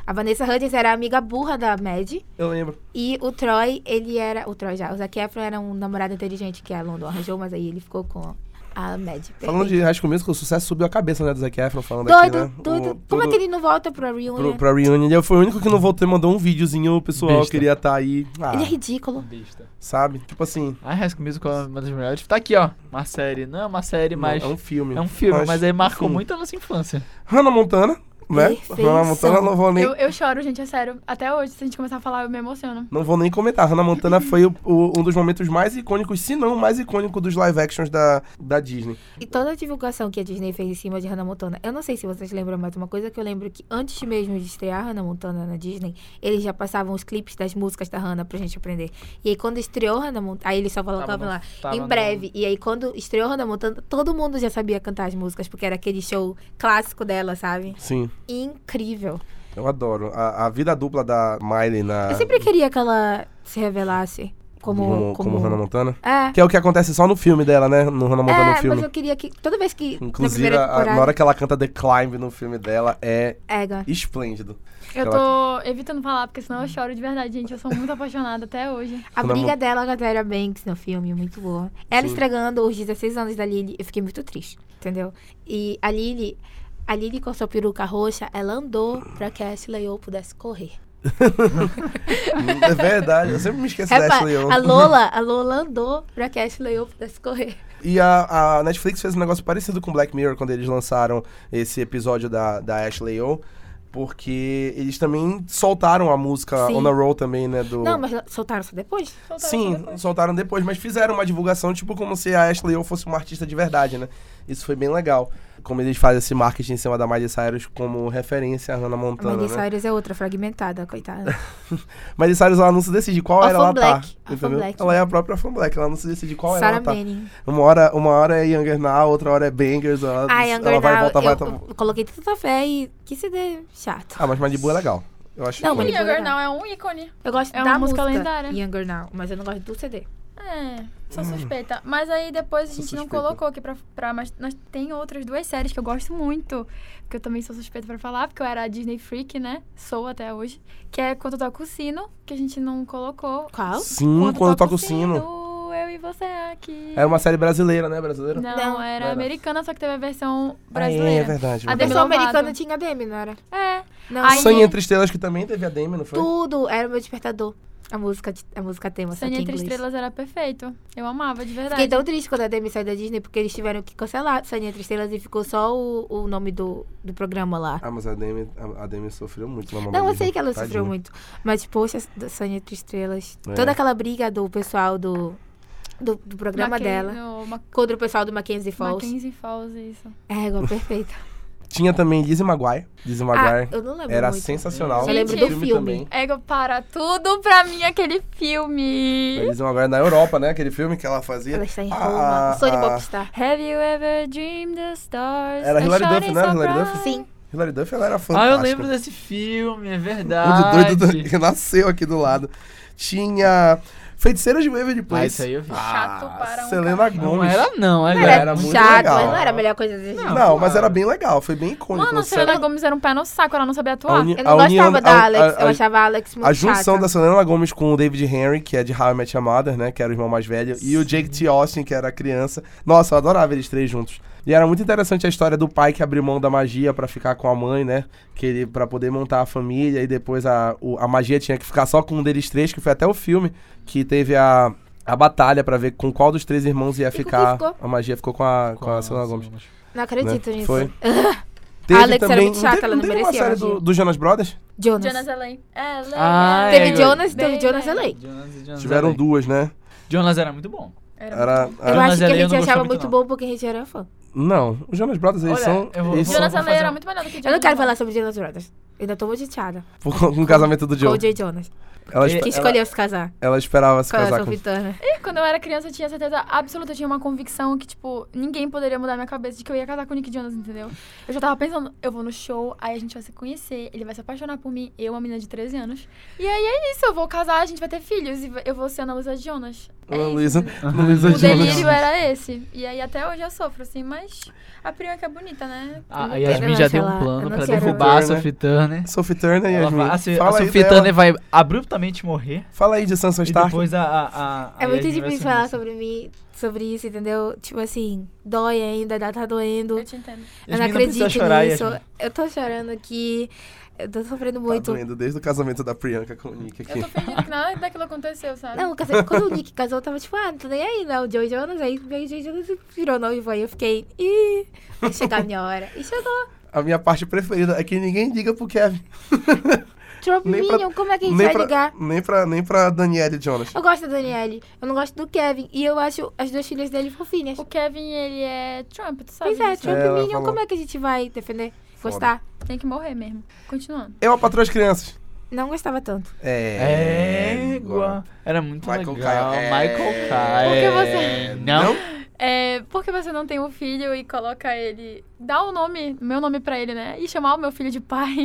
B: A Vanessa Hudgens era a amiga burra da Mad.
A: Eu lembro.
B: E o Troy, ele era. O Troy já. O Zac Efron era um namorado inteligente que a London arranjou, mas aí ele ficou com a Mad.
A: Falando de High School Musical, o sucesso subiu a cabeça, né, do Zac Efron, falando aqui,
B: Doido,
A: né?
B: doido.
A: O-
B: Como é
A: tudo-
B: que ele não volta pra reunion?
A: pro, pra reunion. Eu fui o único que não voltou e mandou um videozinho, o pessoal
C: Besta.
A: queria estar aí, ah,
B: Ele é ridículo.
C: Besta.
A: sabe? Tipo assim,
C: A High School Musical é uma das melhores. Tá aqui, ó. Uma série. Não é uma série, mas...
A: é um filme.
C: É um filme, mas, aí marcou
A: enfim.
C: muito a nossa infância. Ah,
A: Hannah Montana, né?
B: Perfeição.
A: Hannah Montana, não vou nem...
D: Eu, eu choro, gente, é sério. Até hoje, se a gente começar a falar, eu me emociono.
A: Não vou nem comentar. Hannah Montana foi o- o- um dos momentos mais icônicos, se não o mais icônico dos live actions da, da Disney.
B: E toda a divulgação que a Disney fez em cima de Hannah Montana. Eu não sei se vocês lembram, mas uma coisa que eu lembro é que antes mesmo de estrear Hannah Montana na Disney, eles já passavam os clipes das músicas da Hannah pra gente aprender. E aí quando estreou Hannah Montana, aí eles só
C: Tava
B: colocavam
C: no-
B: lá,
C: tava
B: em
C: no-
B: breve. E aí quando estreou Hannah Montana, todo mundo já sabia cantar as músicas, porque era aquele show clássico dela, sabe?
A: Sim,
B: Incrível.
A: eu adoro. A, a vida dupla da Miley na...
B: Eu É sempre queria que ela se revelasse como...
A: como, como Hannah Montana.
B: É.
A: Que é o que acontece só no filme dela, né? No Hannah Montana no
B: É,
A: filme.
B: mas eu queria que toda vez que na
A: Inclusive,
B: primeira
A: a-
B: temporada,
A: na hora que ela canta The Climb no filme dela, é
B: Ega.
A: esplêndido.
D: Eu
A: Ela-
D: tô evitando falar, porque senão eu choro de verdade, gente. Eu sou muito apaixonada até hoje.
B: A
A: Quando a
B: briga
A: mo-
B: dela com a Tyra Banks no filme, muito boa. Ela
A: Sim.
B: estragando os 16 anos da Lily, eu fiquei muito triste, entendeu? E a Lily, a Lily com a sua peruca roxa, ela andou pra que a Ashley Young pudesse correr.
A: É verdade, eu sempre me esqueço da
B: Epa,
A: Ashley Young.
B: a Lola, a Lola andou pra que a Ashley Young pudesse correr.
A: E a, a Netflix fez um negócio parecido com Black Mirror quando eles lançaram esse episódio da, da Ashley O, porque eles também soltaram a música
B: Sim.
A: On a Roll também, né? Do...
B: Não, mas soltaram só depois.
D: Soltaram
A: Sim,
D: só depois.
A: soltaram depois, mas fizeram uma divulgação tipo como se a Ashley O fosse uma artista de verdade, né? Isso foi bem legal. como eles fazem esse marketing em cima da Miley Cyrus como referência à Hannah
B: A
A: Montana,
B: Miley
A: né?
B: Cyrus é outra, fragmentada, coitada.
A: Miley Cyrus, ela não se decide qual
B: Orphan
A: era ela
B: Black.
A: tá.
B: Orphan
A: entendeu?
B: Black. né?
A: Ela é a própria Fan Black, ela não se decide qual era
B: Sarah
A: ela tá.
B: Manning.
A: Uma hora, uma hora é Younger Now, outra hora é Bangers, ela,
B: Ai,
A: ela
B: Younger
A: vai
B: Now,
A: voltar,
B: eu,
A: vai... voltar.
B: eu coloquei tanta fé e que se dê chato.
A: Ah, mas Malibu é legal. Eu acho
B: Não,
A: que...
B: Malibu-
D: Sim, Younger Now é um ícone.
B: Eu gosto
D: É uma
B: da
D: música
B: música
D: lendária.
B: Younger Now, mas eu não gosto do CD.
D: É, sou suspeita. Mas aí depois a
A: Sou
D: gente não
A: suspeita.
D: colocou aqui pra, pra. Mas nós tem outras duas séries que eu gosto muito. Que eu também sou suspeita pra falar, porque eu era Disney Freak, né? Sou até hoje. Que é Quando Toca o Sino, que a gente não colocou.
B: Qual?
A: Sim, Hum, quando, toca o sino.
D: Eu e você aqui.
A: Era uma série brasileira, né, brasileira?
D: Não,
B: Não.
D: era
A: Era.
D: americana, só que teve a
A: Ah,
D: versão
A: é, é
D: brasileira.
A: verdade.
D: A
B: A versão
A: verdade.
D: Lovato.
B: americana tinha Demi, não era?
D: É.
B: Não,
D: Ai,
A: Sangue
D: gente.
A: Entre Estrelas, que também teve a Demi, não foi?
B: tudo era o meu despertador. A música, de- a música tema, só que
D: Sangue
B: em
D: Entre
B: inglês.
D: Estrelas era perfeito. Eu amava, de verdade.
B: Fiquei tão triste quando a Demi saiu da Disney, porque eles tiveram que cancelar Sangue Entre Estrelas e ficou só o, o nome do, do programa lá.
A: Ah, mas a Demi, a, a Demi sofreu muito na mão da
B: Não, eu
A: Disney.
B: sei que ela sofreu
A: Tadinha.
B: muito. Mas, poxa, Sangue Entre Estrelas.
A: É.
B: Toda aquela briga do pessoal do, do, do programa
D: Mackenzie-
B: dela.
D: No, Ma
B: Contra o pessoal do Mackenzie Falls.
D: Mackenzie Falls, isso.
B: É, igual, perfeita.
A: Tinha também Lizzie Maguire. Lizzie Maguire
B: Ah, eu não lembro
A: era assim?
B: muito.
A: sensacional.
D: Eu lembro
A: O
D: do
B: filme.
A: também.
D: Ego para tudo pra mim aquele filme.
A: Lizzie Maguire na Europa, né? Aquele filme que ela fazia.
B: Ela está em
A: Ah,
B: Roma. o Sony
A: ah,
B: Popstar.
D: Have you ever dreamed the stars?
A: Era
D: I
A: Hilary
D: shot
A: Duff,
D: it
A: né?
D: so
A: Hilary
D: bright.
A: Duff?
B: Sim.
A: Hilary Duff, ela era
C: Ah,
A: fantástica.
C: eu lembro desse filme, é
A: O
C: verdade.
A: doido do- que nasceu aqui do lado. Tinha Feiticeira de Waverly Place. Ah,
C: Ah, isso aí eu vi.
D: Chato para um
A: Selena
D: cacete.
A: Gomes.
C: Não era não, é era.
A: Não era muito
B: Chato,
A: legal.
B: mas não era a melhor coisa desse
A: Não,
B: jogo.
C: claro.
A: mas era bem legal. Foi bem icônico.
D: Mano, a
A: Selena-
D: Selena Gomes era um pé no saco, ela não sabia atuar.
A: uni-
B: Eu não
A: a
B: gostava
A: união-
B: da
A: a-
B: Alex,
A: a-
B: eu
A: a-
B: achava a Alex muito
A: A junção
B: chata.
A: da Selena Gomes com o David Henry, que é de How I Met Your Mother, né? Que era o irmão mais velho. E o Jake T. Austin, que era criança. Nossa, eu adorava eles três juntos. E era muito interessante a história do pai que abriu mão da magia pra ficar com a mãe, né? Que ele, pra poder montar a família. E depois a, o- a magia tinha que ficar só com um deles três, que foi até o filme que teve a, a batalha pra ver com qual dos três irmãos ia
B: com quem
A: ficar.
B: ficou?
A: A magia ficou com a, com a Selena né, Gomes.
B: Não acredito nisso.
A: né? Foi.
B: Alex era muito chata,
A: teve,
B: ela não
A: teve uma
B: merecia
A: série
B: elogio.
A: do, do Jonas Brothers?
B: Jonas.
D: Jonas LA. LA.
C: Ah,
B: Teve
C: é,
B: Jonas,
D: Bem,
B: teve Jonas
D: bem.
B: LA.
C: Jonas e Jonas
A: Tiveram
C: LA.
A: duas, né?
C: Jonas era muito bom.
D: Era
A: Era,
D: muito bom.
B: Eu
C: Jonas
B: acho que
C: LA
B: a
C: eu
B: gente
C: não gostava
B: achava
C: muito,
B: muito
C: não.
B: bom porque a gente era fã.
A: Não, os Jonas Brothers, eles
C: Olha,
A: são.
C: eu vou-
A: eles
C: vou-
A: são-
C: vamos
D: Jonas LA
C: fazer
D: era
C: um-
D: muito melhor do que
B: Eu não quero
D: Jonas.
B: falar sobre Jonas Brothers. Ainda tô muito chateada.
A: Com, com o casamento do
B: Com o
A: Joe.
B: Jay Jonas,
A: Ela,
B: que
A: espe- ela,
B: escolheu se casar
A: ela esperava se
B: com a
A: casar com.
B: Sophie Turner.
D: Quando eu era criança, eu tinha certeza absoluta, eu tinha uma convicção que, tipo, ninguém poderia mudar minha cabeça de que eu ia casar com o Nick Jonas, entendeu? Eu já tava pensando, eu vou no show, aí a gente vai se conhecer, ele vai se apaixonar por mim, eu, uma menina de 13 anos. E aí é isso, eu vou casar, a gente vai ter filhos e eu vou ser Ana Luísa Jonas. É
A: Ana
D: isso,
A: Luísa-
D: entendeu?
A: Ana Luísa
D: O delírio
A: Jonas.
B: é
D: era esse. E aí até hoje eu sofro, assim, mas a Priyanka que é bonita, né?
C: Ah,
B: não
C: a
B: quero
C: Yasmin
B: mais
C: já deu um
B: falar. Eu
C: plano
B: não
C: pra
B: quero
C: derrubar a
A: mais.
C: Sophie Turner.
A: Sophie Turner e
C: Ela vai- a,
A: Yasmin.
C: Se- a
A: Fala aí
C: Sophie
A: dela.
C: Turner vai abruptamente morrer.
A: Fala aí de Sansa
C: E
A: Stark.
C: depois a. a- a- a
B: É muito
C: Yasmin
B: difícil
C: vai assumir
B: falar
C: isso.
B: sobre mim, sobre isso, entendeu? Tipo assim, dói ainda, ainda tá doendo.
D: Eu te entendo.
B: Eu
C: Yasmin
B: não
C: precisa
B: acredito
C: chorar,
B: nisso.
C: Yasmin.
B: Eu tô chorando aqui. Eu tô sofrendo
A: Tá
B: muito.
A: doendo desde o casamento da Priyanka com o Nick
D: Eu
A: aqui.
D: tô fingindo que nada daquilo aconteceu, sabe?
B: Não, casei- quando o Nick casou, eu tava tipo, ah, não tô nem aí, não. O Joe Jonas, aí veio o Joe Jonas e virou noivo. Aí eu fiquei, ih, vai chegar a minha hora. E chegou.
A: A minha parte preferida é que ninguém liga pro Kevin.
B: Trump
A: Nem pra-
B: Minion, como é que a gente
A: nem,
B: vai
A: pra,
B: ligar?
A: nem pra nem pra Daniele Jonas.
B: Eu gosto da Daniele, eu não gosto do Kevin. E eu acho as duas filhas dele fofinhas.
D: O Kevin, ele é Trump, tu sabe?
B: Pois é, tipo
D: disso.
B: Trump
A: É, ela
B: Minion,
A: falou.
B: como é que a gente vai defender?
A: Foda.
B: Gostar?
D: Tem que morrer mesmo. Continuando.
A: Eu, a patroa as crianças.
B: Não gostava tanto.
A: É.
C: Égua. Era muito
A: Michael é.
C: legal.
A: Caine.
C: Michael
D: Por
C: Caine.
D: que você-
C: Não?
D: É, por que você não tem um filho e coloca ele. Dá o nome, meu nome pra ele, né? E chamar o meu filho de pai.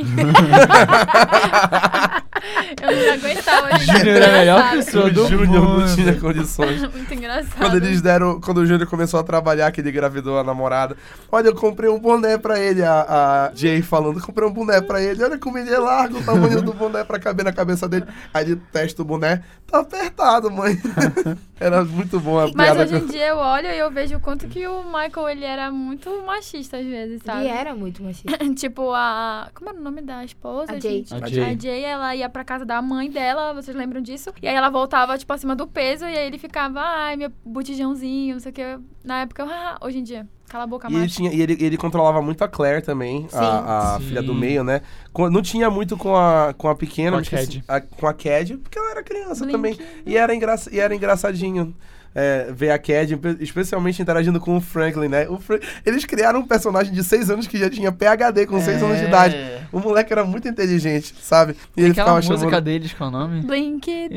D: eu não aguentava gente.
C: Júnior era a melhor
D: Engraçado.
C: pessoa
A: o
C: do
A: Júnior não
C: mundo.
A: tinha condições.
D: Muito engraçado.
A: Quando eles deram. Quando o Júnior começou a trabalhar, que ele engravidou a namorada. Olha, eu comprei um boné pra ele. A, a Jay falando, comprei um boné pra ele. Olha como ele é largo, o tamanho do boné pra caber na cabeça dele. Aí ele testa o boné. Tá apertado, mãe. Era muito bom a
D: Mas
A: piada.
D: hoje em dia eu olho e eu vejo o quanto que o Michael ele era muito machista às vezes,
A: Tá
D: sabe?
B: E era muito machista.
D: Tipo, a. Como era o nome da esposa?
B: A Jay.
D: gente?
C: A Jay.
D: A Jay, ela ia pra casa da mãe dela, vocês lembram disso? E aí ela voltava, tipo, acima do peso, e aí ele ficava, ai, meu botijãozinho, não sei o que. Na época, eu, ah, hoje em dia, cala a boca,
A: E ele,
D: mais.
A: tinha, e ele, ele controlava muito a Claire também, a, a
C: Sim.
A: filha do meio, né? Com- não tinha muito com a, com a pequena,
C: Com a
A: me esqueci-
C: Cad.
A: a- com a Cad, porque ela era criança
D: Blink.
A: também. E era, engra, e era engraçadinho. é, ver a Cad, especialmente interagindo com o Franklin, né? O Fra- Eles criaram um personagem de 6 anos que já tinha PHD com
C: É.
A: 6 anos de idade. O moleque era muito inteligente, sabe? E ele
C: aquela
A: ficava
C: música
A: chamando.
C: deles, qual é o nome?
D: Blinkido,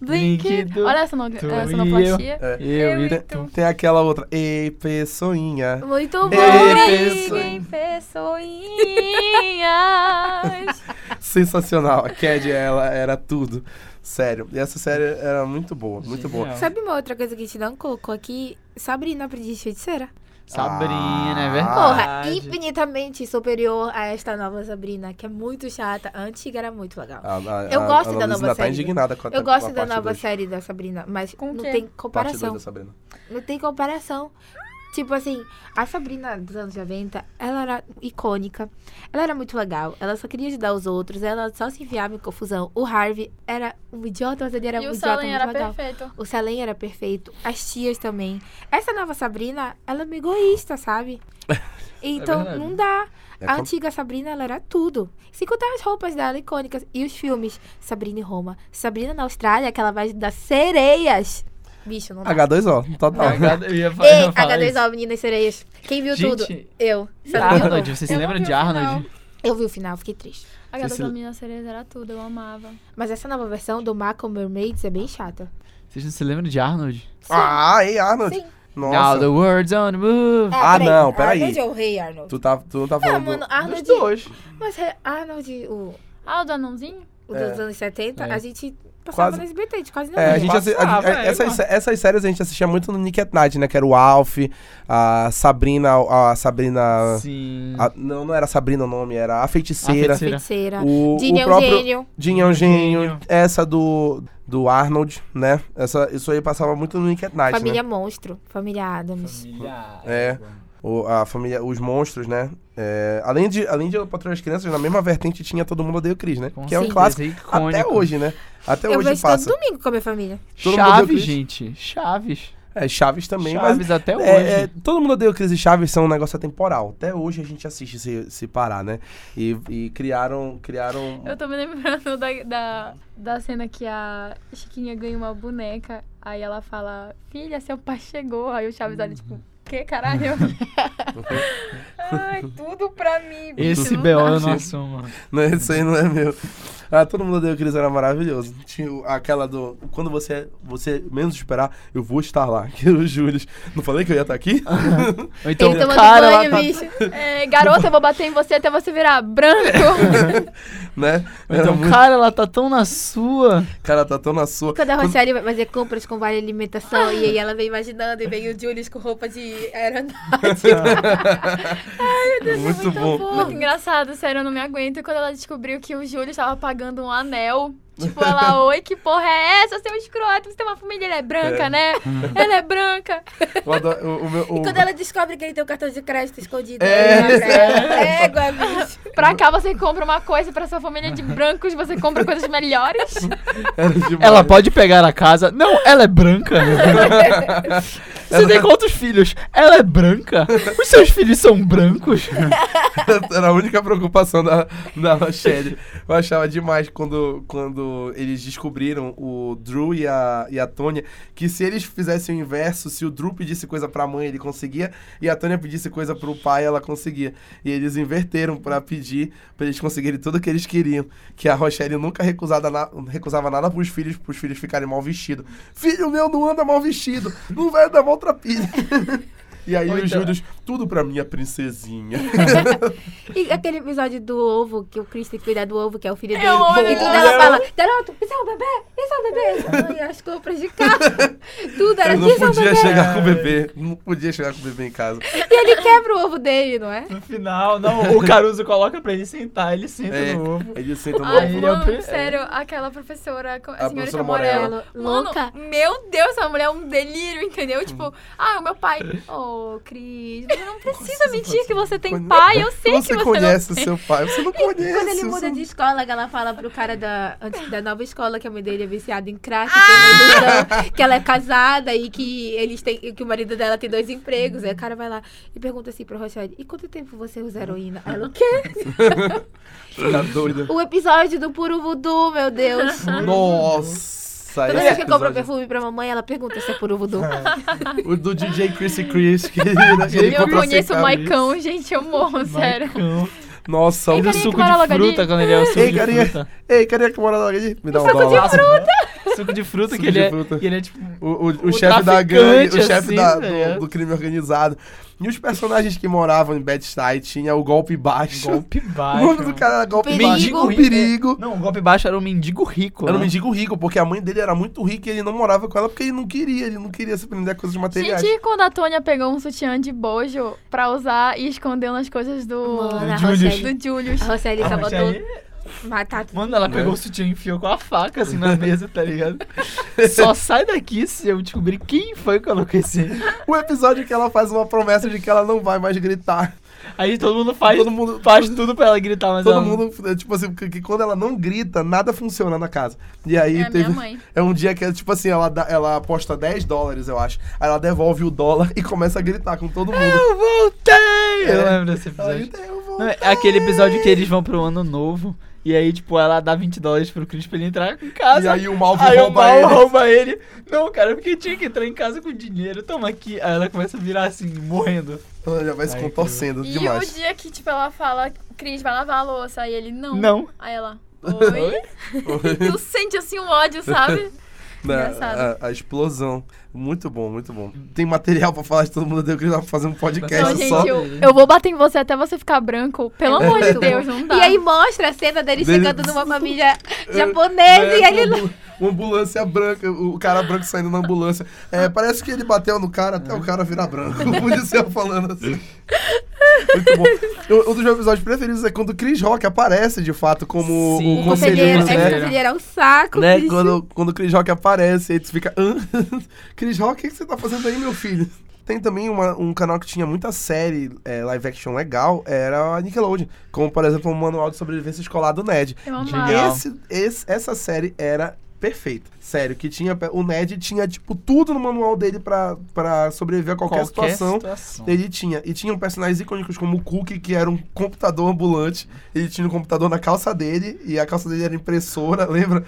D: blinkido.
C: Blinkido.
D: Olha essa
C: tu e
D: sonoplastia.
C: Eu
D: Eu
C: e
D: e
A: Tem,
D: tu.
A: É. tem aquela outra. Ei, pessoinha.
B: Muito
A: Ei,
B: bom,
A: pessoa-
B: hein?
D: Pessoinhas.
A: Sensacional. A Cad, ela era tudo. Sério. E essa série era muito boa, muito boa.
C: Genial.
B: Sabe uma outra coisa que a gente não colocou aqui? Sabrina Aprendiz de Feiticeira.
C: Sabrina, é
A: Ah,
B: Porra,
C: verdade.
B: infinitamente superior a esta nova Sabrina, que é muito chata. A antiga era muito legal.
A: A- a-
B: Eu
A: a-
B: gosto
A: a Luísa
B: da nova
A: ainda tá
B: série.
A: indignada com a
B: Eu
A: com a
B: gosto da
A: parte
B: nova
A: dois.
B: série da Sabrina, mas
D: Com
B: não
D: quem?
B: tem
A: Parte 2
B: comparação.
A: da Sabrina.
B: Não tem comparação. Tipo assim, a Sabrina dos anos 90, ela era icônica. Ela era muito legal. Ela só queria ajudar os outros. Ela só se enviava em confusão. O Harvey era um idiota, mas ele era
D: E
B: um
D: o
B: idiota
D: Salem
B: muito
D: era
B: legal.
D: perfeito.
B: O Salem era perfeito. As tias também. Essa nova Sabrina, ela é meio egoísta, sabe? Então,
C: verdade.
B: não dá.
A: É
B: a
A: com-
B: antiga Sabrina, ela era tudo. Se contar as roupas dela icônicas e os filmes. Sabrina em Roma. Sabrina na Austrália, que ela vai ajudar sereias. Bicho, não dá.
A: H2O,
C: É
A: total.
C: Eu ia fa- eu
B: Ei,
C: ia falar isso.
B: H2O, meninas sereias. Quem viu tudo?
C: Gente, tá
B: Eu.
C: e
B: Sabrina em Roma.
C: Arnold, vocês se
D: tá Eu não
C: lembram
D: vi
C: de
D: o final.
C: Arnold?
B: Eu vi o final, fiquei triste.
D: A gata
A: Esse-
D: da minha sereia era tudo, eu amava.
B: Mas essa nova versão do Malcolm Mermaids é bem chata.
C: Vocês não se lembram de Arnold?
A: Ah, ei, Arnold.
B: Sim.
A: Nossa.
C: Now the world's on the move.
A: Ah, não, peraí.
B: Arnold é o rei, Arnold.
A: Tu, tá, tu não tá
B: Não,
A: falando.
B: Ah, mano,
C: Dos
B: Arnold...
C: dois.
B: Mas é, Arnold, o,
D: Ah, o do anãozinho?
B: o
A: É.
B: dos anos 70,
C: É.
B: a gente passava
A: Quase-
B: no SBT, a gente quase não
A: É, a
B: via.
A: gente
C: Passava,
A: assi- a- a-
C: velho,
A: essas,
C: pá.
A: essas séries a gente assistia muito no Nick at Night, né? Que era o Alf, a Sabrina. A Sabrina.
C: Sim.
A: a- não, não era Sabrina o nome, era a feiticeira.
C: A feiticeira.
B: Feiticeira.
A: O,
B: Dini
A: o próprio
B: Eugênio.
A: Dinho Eugênio,
C: Eugênio.
A: essa do, do Arnold, né? Essa, isso aí passava muito no Nick at Night, né?
B: Família Monstro. Família Adams.
A: É. O- a família, os monstros, né? É, além de além de eu patrulhar as crianças, na mesma vertente tinha todo mundo odeia o Cris, né?
C: Com
A: que é um
B: certeza,
A: clássico
C: icônico.
A: até hoje, né? Até
B: Eu
A: hoje
B: vejo
A: passa.
B: todo domingo com a minha família.
A: Todo mundo odeia o
C: Chaves,
A: Chris.
C: gente. Chaves.
A: É, Chaves também, mas
C: Chaves até hoje.
A: É, é, todo mundo odeia o Cris e Chaves, são um negócio atemporal. Até hoje a gente assiste se, se parar, né? E, e criaram. criaram
D: Eu tô me lembrando da, da, da cena que a Chiquinha ganha uma boneca, aí ela fala, filha, seu pai chegou. Aí o Chaves olha, tipo, que caralho? Ai, tudo pra mim, bicho.
C: Esse
D: não
C: BO eu
D: dá.
C: não assumo.
A: Não, isso aí não é meu. Ah, todo mundo odeia o Cris, era maravilhoso. Tinha o- aquela do. Quando você, você menos esperar, eu vou estar lá. Que era o Júlio. Não falei que eu ia estar aqui?
C: Ou então,
B: Ele tomando
C: cara,
B: banho,
C: lá tá...
B: bicho.
D: É, garota, eu vou bater em você até você virar branco.
A: né?
C: Ou então,
A: muito-
C: cara, ela tá tão na sua.
A: Cara, tá tão na sua.
B: Quando a Rochelle vai fazer compras com vale alimentação e aí ela vem imaginando e vem o Julius com roupa de aeronáutica. é
A: muito bom.
D: Muito engraçado, sério, eu não me aguento. Quando ela descobriu que o Júlio estava pagando um anel. Tipo, ela, oi, que porra é essa, seu escroto? Você tem uma família, ela é branca,
A: É.
D: né? Ela é branca.
A: Eu adoro- o- o meu- o-
B: E quando ela descobre que ele tem um cartão de crédito escondido,
A: É,
B: ela olha pra ela. Égua, bicho.
D: Pra cá você compra uma coisa, pra sua família de brancos você compra coisas melhores.
A: era demais.
C: Ela pode pegar a casa. Não, ela é branca. Você
A: tá
C: tem quantos filhos? Ela é branca. Os seus filhos são brancos.
A: Era a única preocupação da, da Rochelle. Eu achava demais quando, quando eles descobriram, o Drew e a, e a Tônia, que se eles fizessem o inverso, se o Drew pedisse coisa pra mãe, ele conseguia, e a Tônia pedisse coisa pro pai, ela conseguia. E eles inverteram pra pedir, pra eles conseguirem tudo que eles queriam. Que a Rochelle nunca recusada na- recusava nada pros filhos, pros filhos ficarem mal vestidos. Filho meu não anda mal vestido, não vai andar mal trapilha. E aí
C: Ou
A: os
C: então-
A: Július, tudo pra minha princesinha.
B: E aquele episódio do ovo, que o Chris tem que cuidar do ovo, que é o filho dele.
D: amo
B: e
D: esse
B: tudo ela fala, garoto, isso é um bebê, isso é um bebê. Ai, as compras de casa. Tudo era
A: Eu não
B: isso é um
A: podia
B: bebê.
A: chegar com o bebê. Não podia chegar com o bebê em casa.
B: E ele quebra o ovo dele, não é?
C: No final, não, o Caruso coloca pra ele sentar, ele senta
A: É.
C: no ovo.
A: Eles sentam no
D: Ai,
C: Ele
A: ovo.
C: é o
D: mano,
C: prin-
D: sério, aquela professora, a, senhora
A: professora
D: senhorita
A: Morella.
D: Morella.
B: Ela,
D: Mano,
B: louca.
D: meu Deus, essa mulher é um delírio, entendeu? Tipo, ah, o meu pai. Ô, Cris, você não precisa mentir que você tem
A: Quando-
D: pai. Eu sei
A: Você
D: que você
A: conhece
D: não
A: o
D: tem.
A: seu pai. Você não conhece.
B: Quando ele
A: o
B: muda
A: seu-
B: de escola, que ela fala pro cara da, antes da nova escola que a mãe dele é viciada em crack, que, tem uma ilusão, que ela é casada e que eles têm, e que o marido dela tem dois empregos. Aí o cara vai lá e pergunta assim pra Rochelle, e quanto tempo você usa heroína? Ela, o quê?
A: Tá doida.
B: O episódio do Puro Voodoo, meu Deus.
A: Nossa. Sai
B: Toda
A: esse
B: vez que eu compro
A: episódio.
B: perfume pra mamãe, ela pergunta se é por ovo do.
A: O do DJ Chrissy Chris. Que ele
D: Eu
A: compra
D: conheço
A: sem camisa.
D: o Maicão, gente, eu morro, sério.
C: Maicão.
A: Nossa,
D: Ei,
A: um
C: Do
D: Carinha que
C: suco
D: mora
C: de
D: logo ali.
C: fruta, quando ele é o suco
A: Ei,
C: de
A: carinha.
C: fruta.
A: Ei, cadê que mora lá? Me dá um
D: Suco de
A: dólar.
C: Suco de fruta
A: Suco
C: que ele
A: de
C: é.
A: fruta.
C: E ele é tipo.
A: O, o, o
C: O
A: chefe da gangue, o
C: traficante,
A: chefe
C: assim,
A: da- do,
C: velho.
A: do crime organizado. E os personagens que moravam em Bed-Stuy tinha o golpe baixo.
C: Golpe
A: o nome
C: baixo.
A: do cara era golpe
B: Perigo.
A: baixo. O perigo.
C: Não, o golpe baixo era um mendigo rico.
A: Era um
C: né?
A: mendigo rico, porque a mãe dele era muito rica e ele não morava com ela porque ele não queria, ele não queria se prender a coisas materiais.
D: Gente, e quando a Tônia pegou um sutiã de bojo pra usar e escondendo as coisas do. É
B: Mano, a
C: Julius.
B: Roseli.
D: do Julius.
B: A Roseli
C: Ah, mas
B: sabotou.
C: aí-
B: Matar.
C: Mano,
A: Né?
C: ela pegou o sutiã e enfiou com a faca assim na mesa, tá ligado? Só sai daqui se eu descobrir quem foi que colocou esse.
A: O episódio que ela faz uma promessa de que ela não vai mais gritar.
C: Aí todo mundo faz,
A: Todo mundo-
C: faz tudo pra ela gritar, mas
A: Todo
C: ela...
A: mundo, tipo assim, que, que quando ela não grita, nada funciona na casa. E aí
D: É a minha
A: teve.
D: mãe.
A: É um dia que, ela, tipo assim, ela, dá- ela aposta 10 dólares, eu acho. Aí ela devolve o dólar e começa a gritar com todo mundo.
C: Eu voltei! Eu
A: É.
C: lembro desse
A: Ela
C: episódio.
A: grita, eu vou.
C: Não, é aquele episódio que eles vão pro ano novo. E aí, tipo, ela dá 20 dólares pro Chris pra ele entrar em casa.
A: E aí o Malvin
C: Aí o
A: rouba
C: Mal
A: ele.
C: rouba ele. Não, cara, porque tinha que entrar em casa com dinheiro. Toma aqui. Aí ela começa a virar assim, morrendo.
A: Ela já vai se
C: Ai,
A: contorcendo
D: E o
A: demais.
D: dia que, tipo, ela fala, Cris, vai lavar a louça. Aí ele, não.
C: Não.
D: Aí ela, oi. tu sente, assim, um ódio, sabe?
A: Né,
D: Engraçado.
A: a, a explosão. Muito bom, muito bom. Tem material pra falar de todo mundo, eu queria fazer um podcast
D: Não,
A: só.
D: gente, eu, eu vou bater em você até você ficar branco. Pelo amor de Deus, não dá.
B: E aí mostra a cena dele
A: Dele-
B: chegando numa família japonesa
A: É,
B: e ele
A: uma,
B: lá.
A: ambu- uma ambulância branca, o cara branco saindo na ambulância. É, parece que ele bateu no cara até o cara virar branco. O policial falando assim. Muito bom. Eu- Um dos meus episódios preferidos é quando o Chris Rock aparece, de fato, como
C: Sim.
A: o
B: O
A: conselheiro.
B: conselheiro,
A: né?
B: esse conselheiro é um saco.
A: Né,
B: bicho.
A: Quando, quando o Chris Rock aparece, aí tu fica. "Hã? Chris Rock, o que que você tá fazendo aí, meu filho? Tem também uma- um canal que tinha muita série é, live action legal, era a Nickelodeon. Como, por exemplo, o Manual de Sobrevivência Escolar do Ned.
D: Eu
C: Legal.
D: amava.
A: Esse- esse- essa série era perfeita. Sério, que tinha. O Ned tinha, tipo, tudo no manual dele pra, pra sobreviver a qualquer, situação. Ele tinha. E tinham personagens icônicos como o Cook, que era um computador ambulante. Ele tinha um computador na calça dele, e a calça dele era impressora, lembra?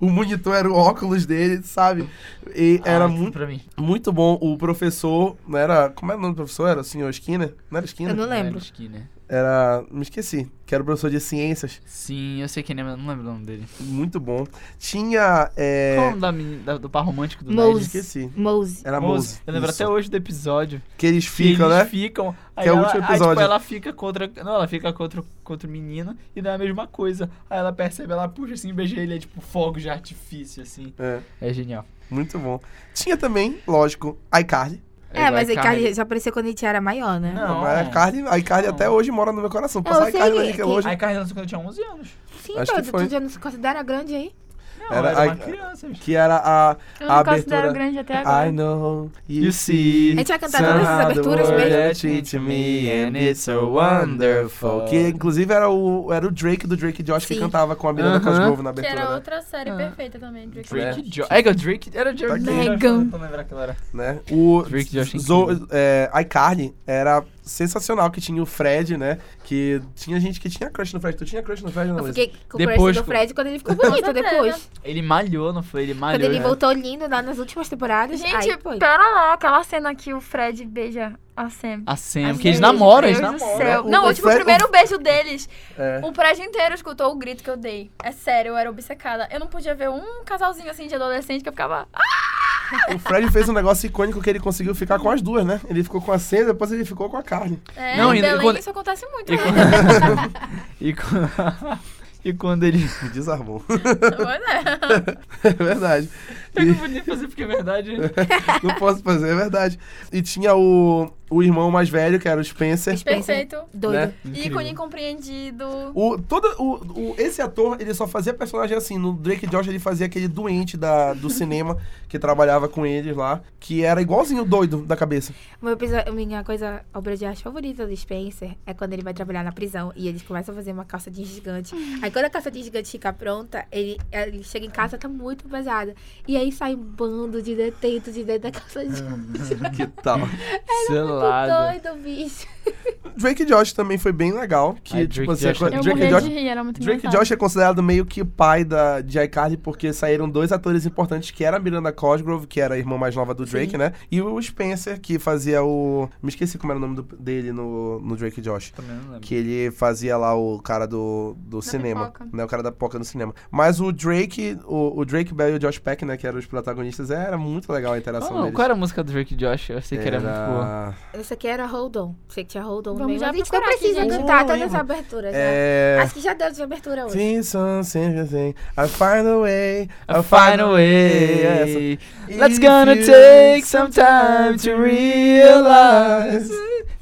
A: O, o monitor era o óculos dele, sabe? E era muito,
C: Ah, pra mim.
A: muito bom. O professor, não era. Como era o nome do professor? Era o senhor Skinner? Não era
B: Eu
A: Skinner?
B: não lembro.
C: É.
A: Era. Me esqueci. Que era o professor de ciências.
C: Sim, eu sei quem é, mas não lembro o nome dele.
A: Muito bom. Tinha.
C: Qual o
A: É...
C: nome da meni- da- do par romântico do
B: Mose.
C: Ned?
A: Esqueci.
B: Mose.
A: Era
C: Mose.
A: Mose.
C: Eu lembro
A: isso.
C: até hoje do episódio.
A: Que eles
C: que
A: ficam,
C: eles
A: né?
C: ficam. Aí
A: Que é o
C: ela,
A: último
C: aí, tipo,
A: episódio.
C: ela fica contra. Não, ela fica contra, contra o menino e dá a mesma coisa. Aí ela percebe, ela puxa assim, beija ele, é tipo fogo de artifício, assim.
A: É,
C: É genial.
A: muito bom. Tinha também, lógico, iCarly.
B: É, mas aí
C: cara
B: Carly já apareceu quando a gente era maior, né?
C: Não. é.
A: Mas é iCarly, iCarly
C: Não.
A: até hoje mora no meu coração.
B: Eu
A: Passar
B: sei é
A: iCarly na
B: que-
A: Nickelodeon.
C: Aí Carly lançou quando eu tinha 11 anos.
B: Sim,
A: Acho que
B: Pedro,
A: foi.
B: tu já não se considera grande aí?
C: Não,
A: Era-
C: era,
A: ai-
C: uma criança. bicho.
A: Que era a.
D: Eu
A: A
D: não considero
A: abertura.
D: grande até
A: I
D: agora.
A: know
C: You
A: you
C: see
A: see.
B: A gente É vai cantar todas essas
A: somehow the
B: aberturas
A: world
B: mesmo?
A: that you teach me and it's so wonderful. Que inclusive era o, era o Drake do Drake Josh que
B: Sim.
A: cantava com a Miranda
C: Aham.
A: Cosgrove na
D: Que
A: abertura,
D: era
A: né?
D: outra série
C: Ah.
D: perfeita também. Drake and
C: Drake
D: Josh.
C: Josh. É, que o Drake. Era Drake
A: Tá
C: Josh.
D: aqui.
C: eu Não lembrar que ela era.
A: né? O
C: Drake de Austin
A: Zo-
C: Kleber.
A: é, iCarly era sensacional que tinha o Fred, né? Que tinha gente que tinha crush no Fred. Tu tinha crush no Fred, não,
B: Eu
A: Luiz?
B: fiquei com o
C: Depois
B: crush do
C: que-
B: Fred quando ele ficou bonito
D: Com certeza.
B: depois.
C: Ele malhou, não foi? Ele malhou.
B: Quando ele
C: né?
B: voltou lindo lá nas últimas temporadas.
D: Gente, tá-
B: aí, foi.
D: pera lá, aquela cena que o Fred beija a Sam.
C: A Sam,
D: Ai,
C: porque eles
D: meu
C: namoram, eles
D: Deus do
C: namoram.
D: céu.
A: O-
D: Não,
A: o
D: o, tipo,
A: Fred-
D: o primeiro beijo deles.
A: É.
D: O prédio inteiro escutou o grito que eu dei. É sério, eu era obcecada. Eu não podia ver um casalzinho assim de adolescente que eu ficava. Ah,
A: O Fred fez um negócio icônico que ele conseguiu ficar com as duas, né? Ele ficou com a Sam, depois ele ficou com a Carly.
D: é,
C: Não,
D: em
C: e- e
D: Belém
C: quando-
D: isso acontece muito.
C: E
D: né?
C: quando... e, quando... e quando ele.
A: Me desarmou.
D: Mas é.
A: é verdade.
C: Eu não podia fazer porque é verdade.
A: Não posso fazer, é verdade. E tinha o, o irmão mais velho, que era o
C: Então,
A: Spencer.
B: Spencer.
D: Perfeito.
B: Doido.
A: né?
D: Ícone incompreendido.
A: O, todo, o, o- esse ator, ele só fazia personagem assim. No Drake Josh, ele fazia aquele doente da, do cinema que trabalhava com eles lá, que era igualzinho o doido da cabeça.
B: Meu episódio, minha coisa, obra de arte favorita do Spencer é quando ele vai trabalhar na prisão e eles começam a fazer uma calça jeans gigante. Aí quando a calça jeans gigante fica pronta, ele, ele chega em casa, tá muito pesada. E aí sai um bando de
A: Uhum.
B: detentos de dentro da calça jeans.
A: Que tal?
C: Selado.
B: Doido, bicho.
A: Drake e Josh também foi bem legal. Que,
C: Ai,
A: tipo
C: Drake
A: assim,
C: e Josh é
A: quando-
D: Eu
A: Drake e
D: morria
A: Josh.
D: É um de rir, era muito
A: Drake
D: engraçado.
A: Josh é considerado meio que o pai da, de iCarly porque saíram dois atores importantes, que era a Miranda Cosgrove, que era a irmã mais nova do Drake,
B: Sim.
A: né? E o Spencer, que fazia o... Me esqueci como era o nome do- dele no, no Drake e Josh.
C: Também não lembro.
A: Que ele fazia lá o cara do, do cinema.
D: pipoca.
A: Né, o cara da pipoca no cinema. Mas o Drake, o, o Drake Bell e o Josh Peck, né, que eram os protagonistas, era muito legal a
C: Ah,
A: interação
C: não,
A: deles.
C: qual era a música do Drake e Josh? Eu sei que era muito boa.
B: Essa aqui era Hold On. Sei que tinha Hold On no
D: Vamos
B: meio,
D: já
B: mas a gente não
D: procurar aqui,
B: precisa
D: gente.
B: cantar,
A: Eu
B: tá
A: lembro.
B: nessa abertura já.
A: É...
B: Acho que já deu de abertura hoje.
A: Sim, sim, sim, sim. I find a way, I
C: A Final
A: É Essa.
C: Way. Let's
A: If
C: gonna
A: you
C: take some time to realize.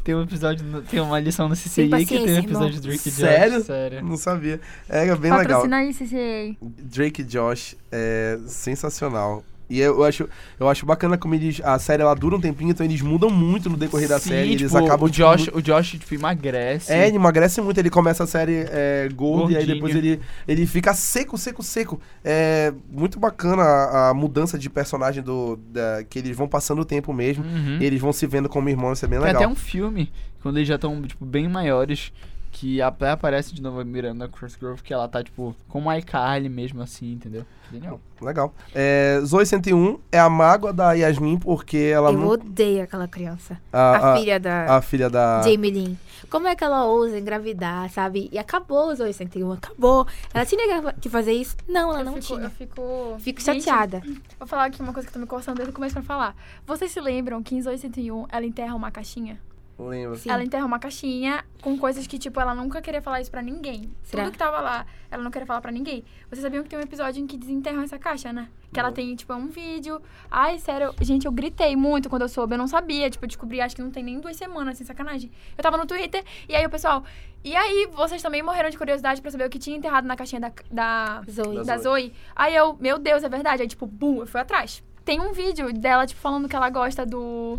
C: Tem um episódio, no- tem uma lição no
B: Tem
C: CCI que tem
B: paciência,
C: um episódio de Drake e Josh.
A: Sério?
C: Sério.
A: Não sabia. Era é bem legal.
D: Patrocina aí, CCA.
A: Drake e Josh é sensacional. E eu acho, eu acho bacana como eles, a série ela dura um tempinho, então eles mudam muito no decorrer da
C: Sim,
A: série. Eles
C: tipo,
A: acabam
C: o
A: tipo,
C: Josh, o Josh tipo, emagrece.
A: É, ele emagrece muito, ele começa a série é, gordo e aí
C: Gordinho.
A: depois ele, ele fica seco, seco, seco. É muito bacana a, a mudança de personagem do. da- que eles vão passando o tempo mesmo.
C: Uhum.
A: E eles vão se vendo como irmãos, isso é bem
C: Tem
A: legal.
C: até um filme, quando eles já estão, tipo, bem maiores, que até aparece de novo a Miranda Cosgrove, que ela tá, tipo, com a iCarly mesmo, assim, entendeu? Genial.
A: Legal. É, Zoe 101 é a mágoa da Yasmin, porque ela.
B: Eu
A: não- Ah,
B: odeio aquela criança.
A: a,
B: a,
A: a-
B: filha da...
A: a filha da.
B: Jamie Lynn. Como é que ela ousa engravidar, sabe? E acabou os 801, acabou. Ela tinha que fazer isso? Não, ela não
D: eu fico, eu
B: tinha.
D: fico...
B: Fico
D: Gente,
B: chateada.
D: Vou falar aqui uma coisa que eu tô me coçando desde o começo pra falar. Vocês se lembram que em 1801 ela enterra uma caixinha?
A: Lembro.
B: Sim.
D: Ela enterra uma caixinha com coisas que, tipo, ela nunca queria falar isso pra ninguém.
B: Será?
D: Tudo que tava lá, ela não queria falar pra ninguém. Vocês sabiam que tem um episódio em que desenterram essa caixa, né? Que ela
A: Não.
D: tem, tipo, um vídeo. Ai, sério, gente, eu gritei muito quando eu soube. Eu não sabia. Tipo, eu descobri, acho que não tem nem duas semanas, sem sacanagem. Eu tava no Twitter, e aí o pessoal. E aí, vocês também morreram de curiosidade pra saber o que tinha enterrado na caixinha da- da
B: Zoe.
D: da Zoe. Aí eu, meu Deus, é verdade. Aí, tipo, bum, eu fui atrás. Tem um vídeo dela, tipo, falando que ela gosta do.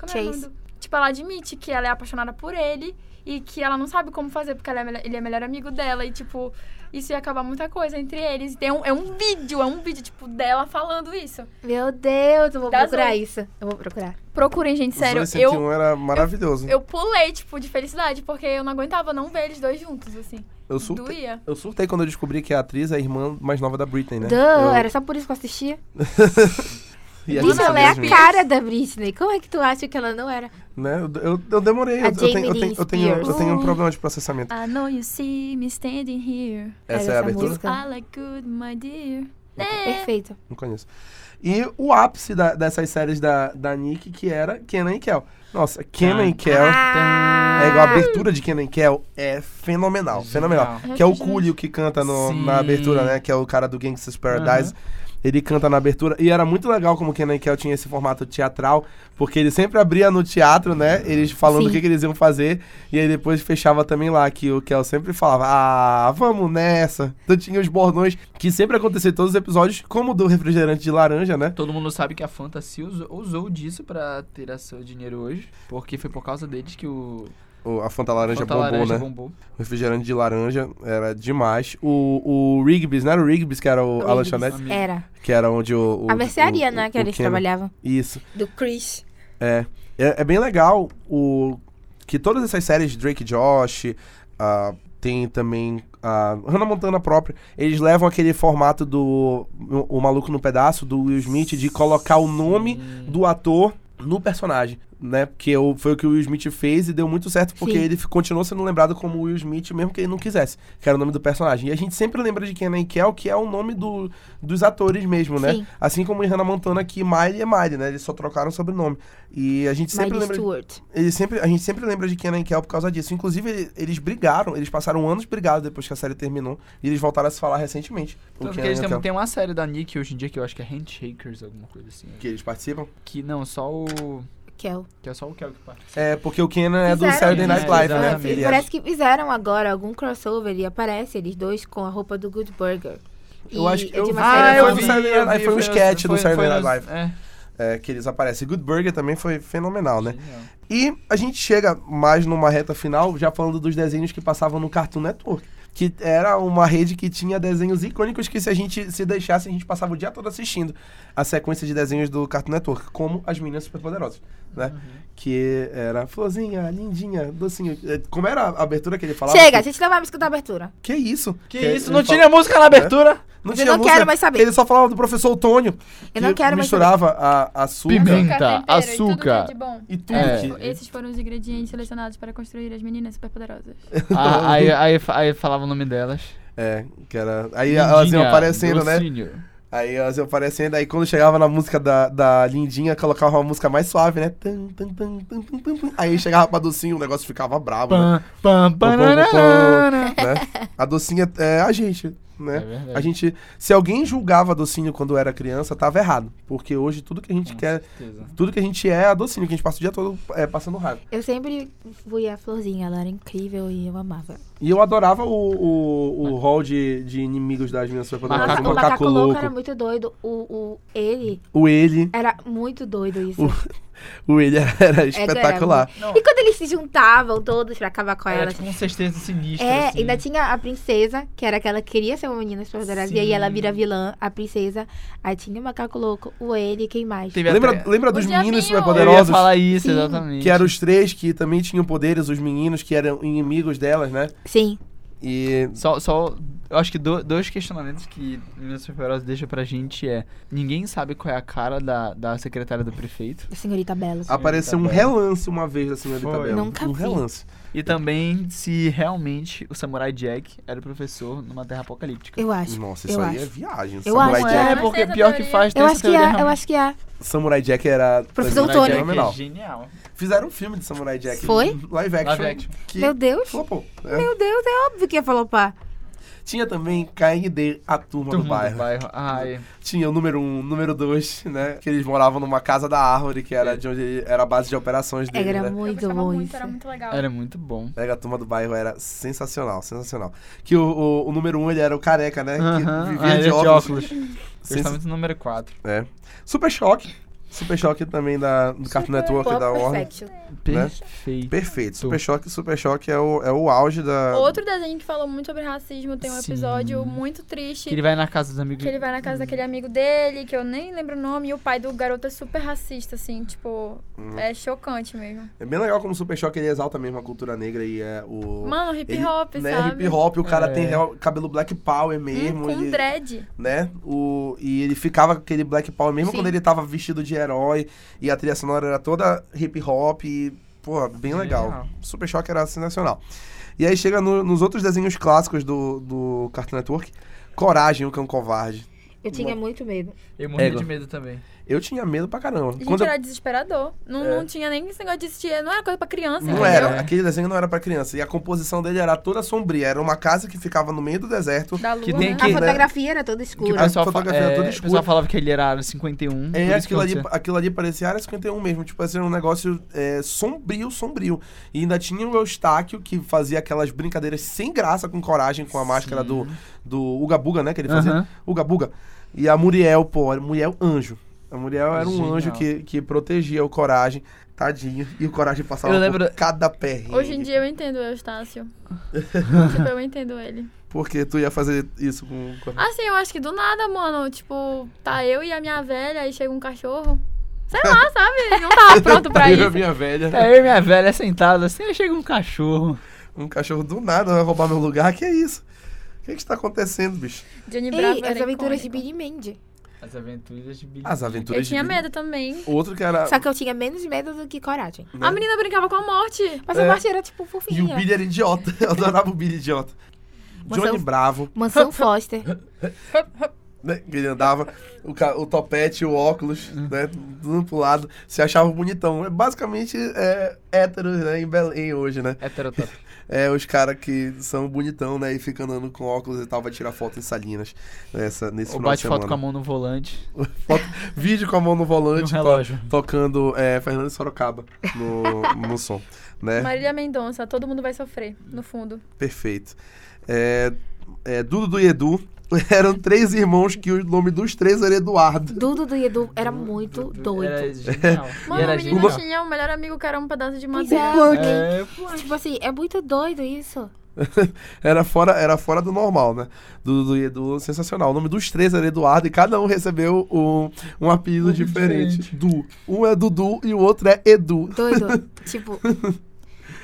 D: Como é o nome
B: Chase.
D: do... Tipo, ela admite que ela é apaixonada por ele e que ela não sabe como fazer, porque ela é melhor- ele é melhor amigo dela. E, tipo, isso ia acabar muita coisa entre eles. E Tem um, é um vídeo, é um vídeo, tipo, dela falando isso.
B: Meu Deus, eu vou
D: Da
B: procurar
D: Zoe.
B: isso. Eu vou procurar.
D: Procurem, gente, sério.
A: Zoe 101
D: Eu,
A: era maravilhoso. Eu,
D: eu pulei, tipo, de felicidade, porque eu não aguentava não ver eles dois juntos, assim.
A: surtei.
D: Doía.
A: Eu surtei quando eu descobri que a atriz é a irmã mais nova da Britney, né?
B: Duh,
A: eu,
B: era só por isso que eu assistia.
A: e é
B: Bicho,
A: isso
B: ela é
A: mesmo,
B: a cara da Britney. Como é que tu acha que ela não era?
A: Né? Eu, eu, eu demorei. eu,
B: A
A: eu tenho,
B: Jamie
A: eu,
B: Lee
A: tenho, eu, tenho, eu
B: Spears. Uh.
A: tenho um problema de processamento.
D: I know you see me standing here.
A: Essa é a
B: Era Ah, essa
A: abertura?
B: música.
D: I look good, my dear.
B: Perfeito.
A: Não conheço. E o ápice da- dessas séries da, da Nick, que era Kenan e Kel. Nossa, Kenan e Kel.
B: Ah!
A: É igual a abertura de Kenan e Kel é fenomenal, fenomenal.
C: Genial.
B: Uhum.
A: Que é o
D: Refrigerante.
A: Coolio que canta no-
C: Sim.
A: na abertura, né? Que é o cara do Gangsta's Paradise. Ele canta na abertura. E era muito legal como Kenan e Kel tinha esse formato teatral, porque ele sempre abria no teatro, né? Eles falando
B: Sim.
A: o que, que eles iam fazer. E aí depois fechava também lá, que o Kel sempre falava, ah, vamos nessa. Então tinha os bordões que sempre acontecia em todos os episódios, como o do refrigerante de laranja, né?
C: Todo mundo sabe que a Fantasy usou, usou disso pra ter a seu dinheiro hoje, porque foi por causa deles que o
A: O- A Fanta Laranja
C: Fanta
A: bombou,
C: laranja
A: né?
C: bombou.
A: O refrigerante de laranja era demais. O, o Rigby's, não era o Rigby's que era o, a
B: Rigby's.
A: lanchonete?
C: Amigo.
B: Era.
A: Que era onde o. o-
B: A mercearia,
A: o-
B: né? Que
A: o
B: eles
A: Kenan.
B: trabalhavam.
A: Isso.
B: Do Chris.
A: É. é. é bem legal o. Que todas essas séries, Drake e Josh, ah, tem também a Hannah Montana própria, eles levam aquele formato do O o Maluco no Pedaço, do Will Smith, de colocar o nome do ator no personagem, né? Porque o- foi o que o Will Smith fez e deu muito certo, porque
B: Sim.
A: ele fi- continuou sendo lembrado como Will Smith, mesmo que ele não quisesse, que era o nome do personagem. E a gente sempre lembra de Kenan e Kel, que é o nome do, dos atores mesmo, né?
B: Sim.
A: Assim como em Hannah Montana, que Miley é Miley, né? Eles só trocaram sobrenome. E a gente sempre
B: Miley
A: lembra...
B: Stewart.
A: Ele sempre, a gente sempre lembra de Kenan e Kel por causa disso. Inclusive, ele- eles brigaram, eles passaram um anos brigados depois que a série terminou. E eles voltaram a se falar recentemente. o
C: Tanto que
A: Kenan
C: eles
A: e o
C: têm,
A: Kel.
C: tem uma série da Nick hoje em dia que eu acho que é Handshakers, alguma coisa assim.
A: Que eles participam.
C: Que não, só o.
B: Kel.
C: Que é só o Kel que participa.
A: É, porque o Kenan é do
B: Fizeram
A: Saturday Night
C: isso,
A: Live, né?
C: exatamente.
A: Ele é-
B: Parece que fizeram agora algum crossover e aparece eles dois com a roupa do Good Burger.
A: Eu
B: E
A: acho que
B: é de
A: eu
B: uma
A: vi.
B: série
A: Ah, eu
B: famosa.
A: vi. Saturday Night Live, foi um sketch do Saturday Night Live.
C: É.
A: é, que eles aparecem. Good Burger também foi fenomenal, né?
C: Genial.
A: E a gente chega mais numa reta final, já falando dos desenhos que passavam no Cartoon Network. que era uma rede que tinha desenhos icônicos que se a gente se deixasse, a gente passava o dia todo assistindo a sequência de desenhos do Cartoon Network, como As Meninas Superpoderosas, né?
C: Uhum.
A: Que era florzinha, lindinha, docinho. É, Como era a abertura que ele falava?
B: Chega, a
A: que,
B: gente não vai mais escutar a abertura.
A: que isso?
C: Que
A: É,
C: isso,
A: ele
C: não
A: fala-
C: tinha música na abertura?
A: Não
B: Eu
A: tinha
B: não
A: música.
B: quero mais saber.
A: Ele só falava do professor Otônio.
B: Eu não
A: que
B: quero mais
A: misturava a açúcar
D: Açúcar,
E: Pimenta,
D: tempero e tudo
E: açúcar.
D: que é de bom.
A: e tudo.
E: É.
A: que-
D: Esses foram os ingredientes selecionados para construir as meninas superpoderosas.
A: Tá
E: Ah, aí, aí, fa- aí falava o nome delas.
A: É, que era. Aí elas iam assim, aparecendo, né? Aí elas iam aparecendo, aí quando chegava na música da, da Lindinha, colocava uma música mais suave, né? Tan, tan, tan, tan, tan, tan, tan. Aí chegava pra Docinho, o negócio ficava brabo, né?
E: Pam, pam,
A: Pam,
E: pam,
A: pam, pam, pam,
E: pam.
A: né? A Docinha é a gente,
E: É
A: né?
E: verdade.
A: A gente, se alguém julgava a Docinho quando era criança, tava errado. Porque hoje tudo que a gente quer, tudo que a gente é é a Docinho, que a gente passa o dia todo é, passando raiva.
B: Eu sempre fui a florzinha, ela era incrível e eu amava.
A: E eu adorava o, o, o hall de, de inimigos das minhas superpoderosas.
B: Nossa,
A: O
B: o
A: macaco louco,
B: era muito doido. O, o ele
A: o ele,
B: era muito doido isso.
A: O- o ele era
B: É,
A: espetacular.
B: era
C: Não.
B: muito- E quando eles se juntavam todos pra acabar com
C: Era
B: ela.
C: tipo um sexteto sinistro.
B: É,
C: assim.
B: ainda tinha a princesa, que era que ela queria ser uma menina superpoderosa, e aí ela
C: Sim.
B: vira vilã, a princesa. Aí tinha o macaco louco, o ele, quem mais?
C: Teve
A: Lembra,
C: até...
A: lembra dos
D: Os
A: meninos
D: diabinhos.
E: Eu ia
A: superpoderosos?
E: falar isso,
B: Sim.
E: exatamente.
A: Que eram os três que também tinham poderes, os meninos que eram inimigos delas, né?
B: Sim.
A: E.
E: Só,
C: Só, só, eu acho que do- dois questionamentos que Minas Superpoderosa deixa pra gente é: ninguém sabe qual é a cara da, da secretária do prefeito.
B: A senhorita Belo.
A: Apareceu um
C: Bela.
A: relance uma vez da senhorita
C: Foi.
A: Bela.
B: Nunca
A: um
B: vi.
A: relance.
C: E também se realmente o Samurai Jack era o professor numa terra apocalíptica.
B: Eu acho.
A: Nossa,
B: Eu
A: isso aí
B: acho.
A: é viagem.
B: Eu
A: Samurai
B: acho.
A: Jack.
D: é,
C: é,
D: Não porque
C: porque
D: sei essa pior
C: pior
D: que
C: que
D: teoria. faz,
C: faz,
B: Eu acho que é, eu acho que é.
A: Samurai Jack era.
B: Professor
A: era
B: Antônio.
C: é
A: fenomenal.
C: genial.
A: Fizeram um filme de Samurai Jack.
B: Foi?
A: Live action.
C: Live action.
A: Que
B: Meu Deus.
A: flopou. né?
B: Meu Deus, é óbvio que ia flopar.
A: Tinha também KND, a turma,
C: Todo
A: do
C: mundo
A: bairro.
C: Ai,
A: Tinha o número um, o número dois, né? Que eles moravam numa casa da árvore, que era de onde era a base de operações dele.
B: Era
A: né?
D: eu
B: muito
D: gostava
B: bom
D: muito,
B: isso.
D: era muito legal.
C: era muito bom.
A: Pega a turma do bairro era sensacional, sensacional. Que o, o- o número um ele era o careca, né?
C: Aham,
A: Que
C: ah,
A: vivia
C: ele
A: de
C: é
A: óculos.
C: Eu
A: Sensa-
C: estava muito no número 4.
A: É. Super choque. Super choque também da, do Cartoon Network da Warner.
B: Perfection.
C: Perfeito.
A: Perfeito. Super choque, super choque é o, é o auge da.
D: Outro desenho que falou muito sobre racismo, tem um
C: Sim.
D: episódio muito triste.
C: Que ele vai na casa dos amigos.
D: Que ele vai na casa daquele amigo dele, que eu nem lembro o nome, e o pai do garoto é super racista, assim, tipo,
A: Hum.
D: é chocante mesmo.
A: É bem legal como o Super Choque ele exalta mesmo a cultura negra e é o.
D: Mano, hip
A: ele-
D: hop,
A: né,
D: sabe?
A: hip hop, o cara
C: É.
A: tem real- cabelo black power mesmo.
D: Hum, com
A: ele,
D: dread.
A: né? O, e ele ficava com aquele black power mesmo
B: Sim.
A: quando ele tava vestido de herói e a trilha sonora era toda hip hop e, pô, bem legal.
C: Genial.
A: Super Choque era sensacional. E aí chega no- nos outros desenhos clássicos do, do Cartoon Network, Coragem, o Cão Covarde.
B: Eu tinha muito medo.
C: Eu morri
A: Ego.
C: de medo também.
A: Eu tinha medo pra caramba.
D: Gente,
A: Quando eu-
D: era desesperador. Não,
A: É.
D: não tinha nem esse negócio de assistir, não era coisa pra criança,
A: Não
D: entendeu?
A: era, aquele desenho não era pra criança. E a composição dele era toda sombria. Era uma casa que ficava no meio do deserto.
D: Da lua,
C: Que tem
D: né?
A: que-
B: A
A: né?
B: fotografia era toda
A: Que
B: escura.
A: parece-
C: pessoal
A: fotografia
C: fa-
A: toda
C: é,
A: escura.
C: O pessoal falava que ele era área 51.
A: É,
C: por isso que
A: aquilo
C: eu
A: ali,
C: não sei.
A: aquilo ali parecia Área 51 mesmo, tipo, parecia um negócio é, sombrio, sombrio. E ainda tinha o Eustáquio, que fazia aquelas brincadeiras sem graça, com coragem, com a máscara do, do Uga Buga, né, que ele fazia.
C: Aham.
A: Uga Buga. E a Muriel, pô, a Muriel anjo. A Muriel era um
C: Genial.
A: anjo que, que protegia o Coragem, tadinho. E o Coragem passava
C: Eu
A: por
C: lembro-
A: cada perrengue.
D: Hoje em dia eu entendo o Eustácio. tipo, eu entendo ele.
A: Porque tu ia fazer isso com... com...
D: Assim, eu acho que do nada, mano, tipo, tá eu e a minha velha, aí chega um cachorro. Sei lá, sabe? Não tava pronto pra
A: Eu,
D: isso. É.
A: minha velha.
C: Tá eu e minha velha sentada assim, aí chega um cachorro.
A: Um cachorro do nada vai roubar meu lugar, que é isso? O que que está acontecendo, bicho?
D: Johnny Bravo
B: Ei,
D: era
B: as aventuras de
D: icônico.
B: Billy Mandy.
C: As aventuras de Billy.
A: As aventuras
D: Eu tinha
A: de Billy.
D: medo também.
A: Outro que era.
B: Só que eu tinha menos medo do que coragem.
A: né?
D: A menina brincava com a morte.
B: Mas a
A: É.
B: morte era tipo
A: E o
B: fofinha.
A: Billy era idiota. Eu adorava o Billy idiota.
B: Mas
A: Johnny
B: eu-
A: Bravo,
B: Mansão Foster.
A: né? Que ele andava, o, ca- o topete, o óculos,
C: Uhum.
A: né? Tudo pro lado. Se achava bonitão. É basicamente é, héteros, né? Em Belém hoje, né?
C: Heterotop.
A: É, os caras que são bonitão, né? E ficam andando com óculos e tal, vai tirar foto em Salinas. Nessa, nesse
C: Ou
A: final de
C: bate
A: semana.
C: foto com a mão no volante.
A: Vídeo com a mão no
C: E um
A: volante, to-
C: relógio.
A: tocando é, Fernando Sorocaba no, no som, né?
D: Marília Mendonça, todo mundo vai sofrer, no fundo.
A: Perfeito. É, é, Dudu e Edu eram três irmãos que o nome dos três era Eduardo.
B: Dudu do Edu era muito
C: Era
B: doido.
C: genial.
D: Mano,
C: E era
D: a menina
A: genial.
D: tinha o melhor amigo que era um pedaço de
B: Pois
D: madeira.
B: é.
A: Punk.
C: É,
B: Tipo assim, é muito doido isso.
A: era, fora, era fora do normal, né? Do, do, do sensacional. O nome dos três era Eduardo e cada um recebeu um, um apelido
C: Um
A: diferente.
C: diferente.
A: Du. Um é Dudu e o outro é Edu.
B: Doido. tipo,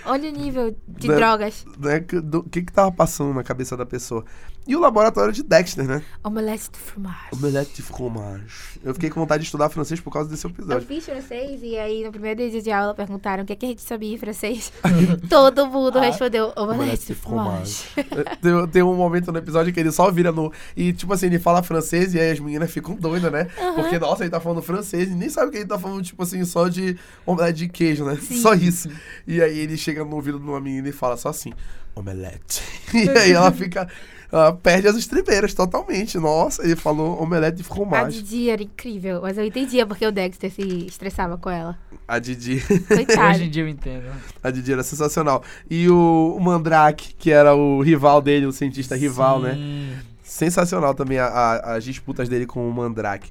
B: olha o nível de
A: Né?
B: drogas.
A: Né? Que- do- O que que tava passando na cabeça da pessoa? E o laboratório de Dexter, né?
B: Omelete de fromage.
A: Omelete de fromage. Eu fiquei com vontade de estudar francês por causa desse
B: Eu
A: episódio.
B: fiz francês e aí no primeiro dia de aula perguntaram o que, é que a gente sabia em francês. Todo
A: Ah,
B: mundo respondeu "Oh,
A: é
B: omelete de
A: tipo
B: fromage.
A: tem, tem um momento no episódio que ele só vira no. E tipo assim, ele fala francês e aí as meninas ficam doidas, né? Porque, nossa, ele tá falando francês e nem sabe que ele tá falando, tipo assim, só de omelete de queijo, né?
B: Sim.
A: Só isso. E aí ele chega no ouvido de uma menina e fala só assim, omelete. E aí ela fica. Ela perde as estribeiras totalmente. Nossa, ele falou omelete de
B: A
A: fromage.
B: Didi era incrível, mas eu entendia porque o Dexter se estressava com ela.
A: A Didi.
E: Hoje em
A: né,
B: Coitado.
E: dia eu entendo.
A: A Didi era sensacional. E o, o Mandrake, que era o rival dele, o cientista rival, né?
E: Sim.
A: Sensacional também a- a- as disputas dele com o Mandrake.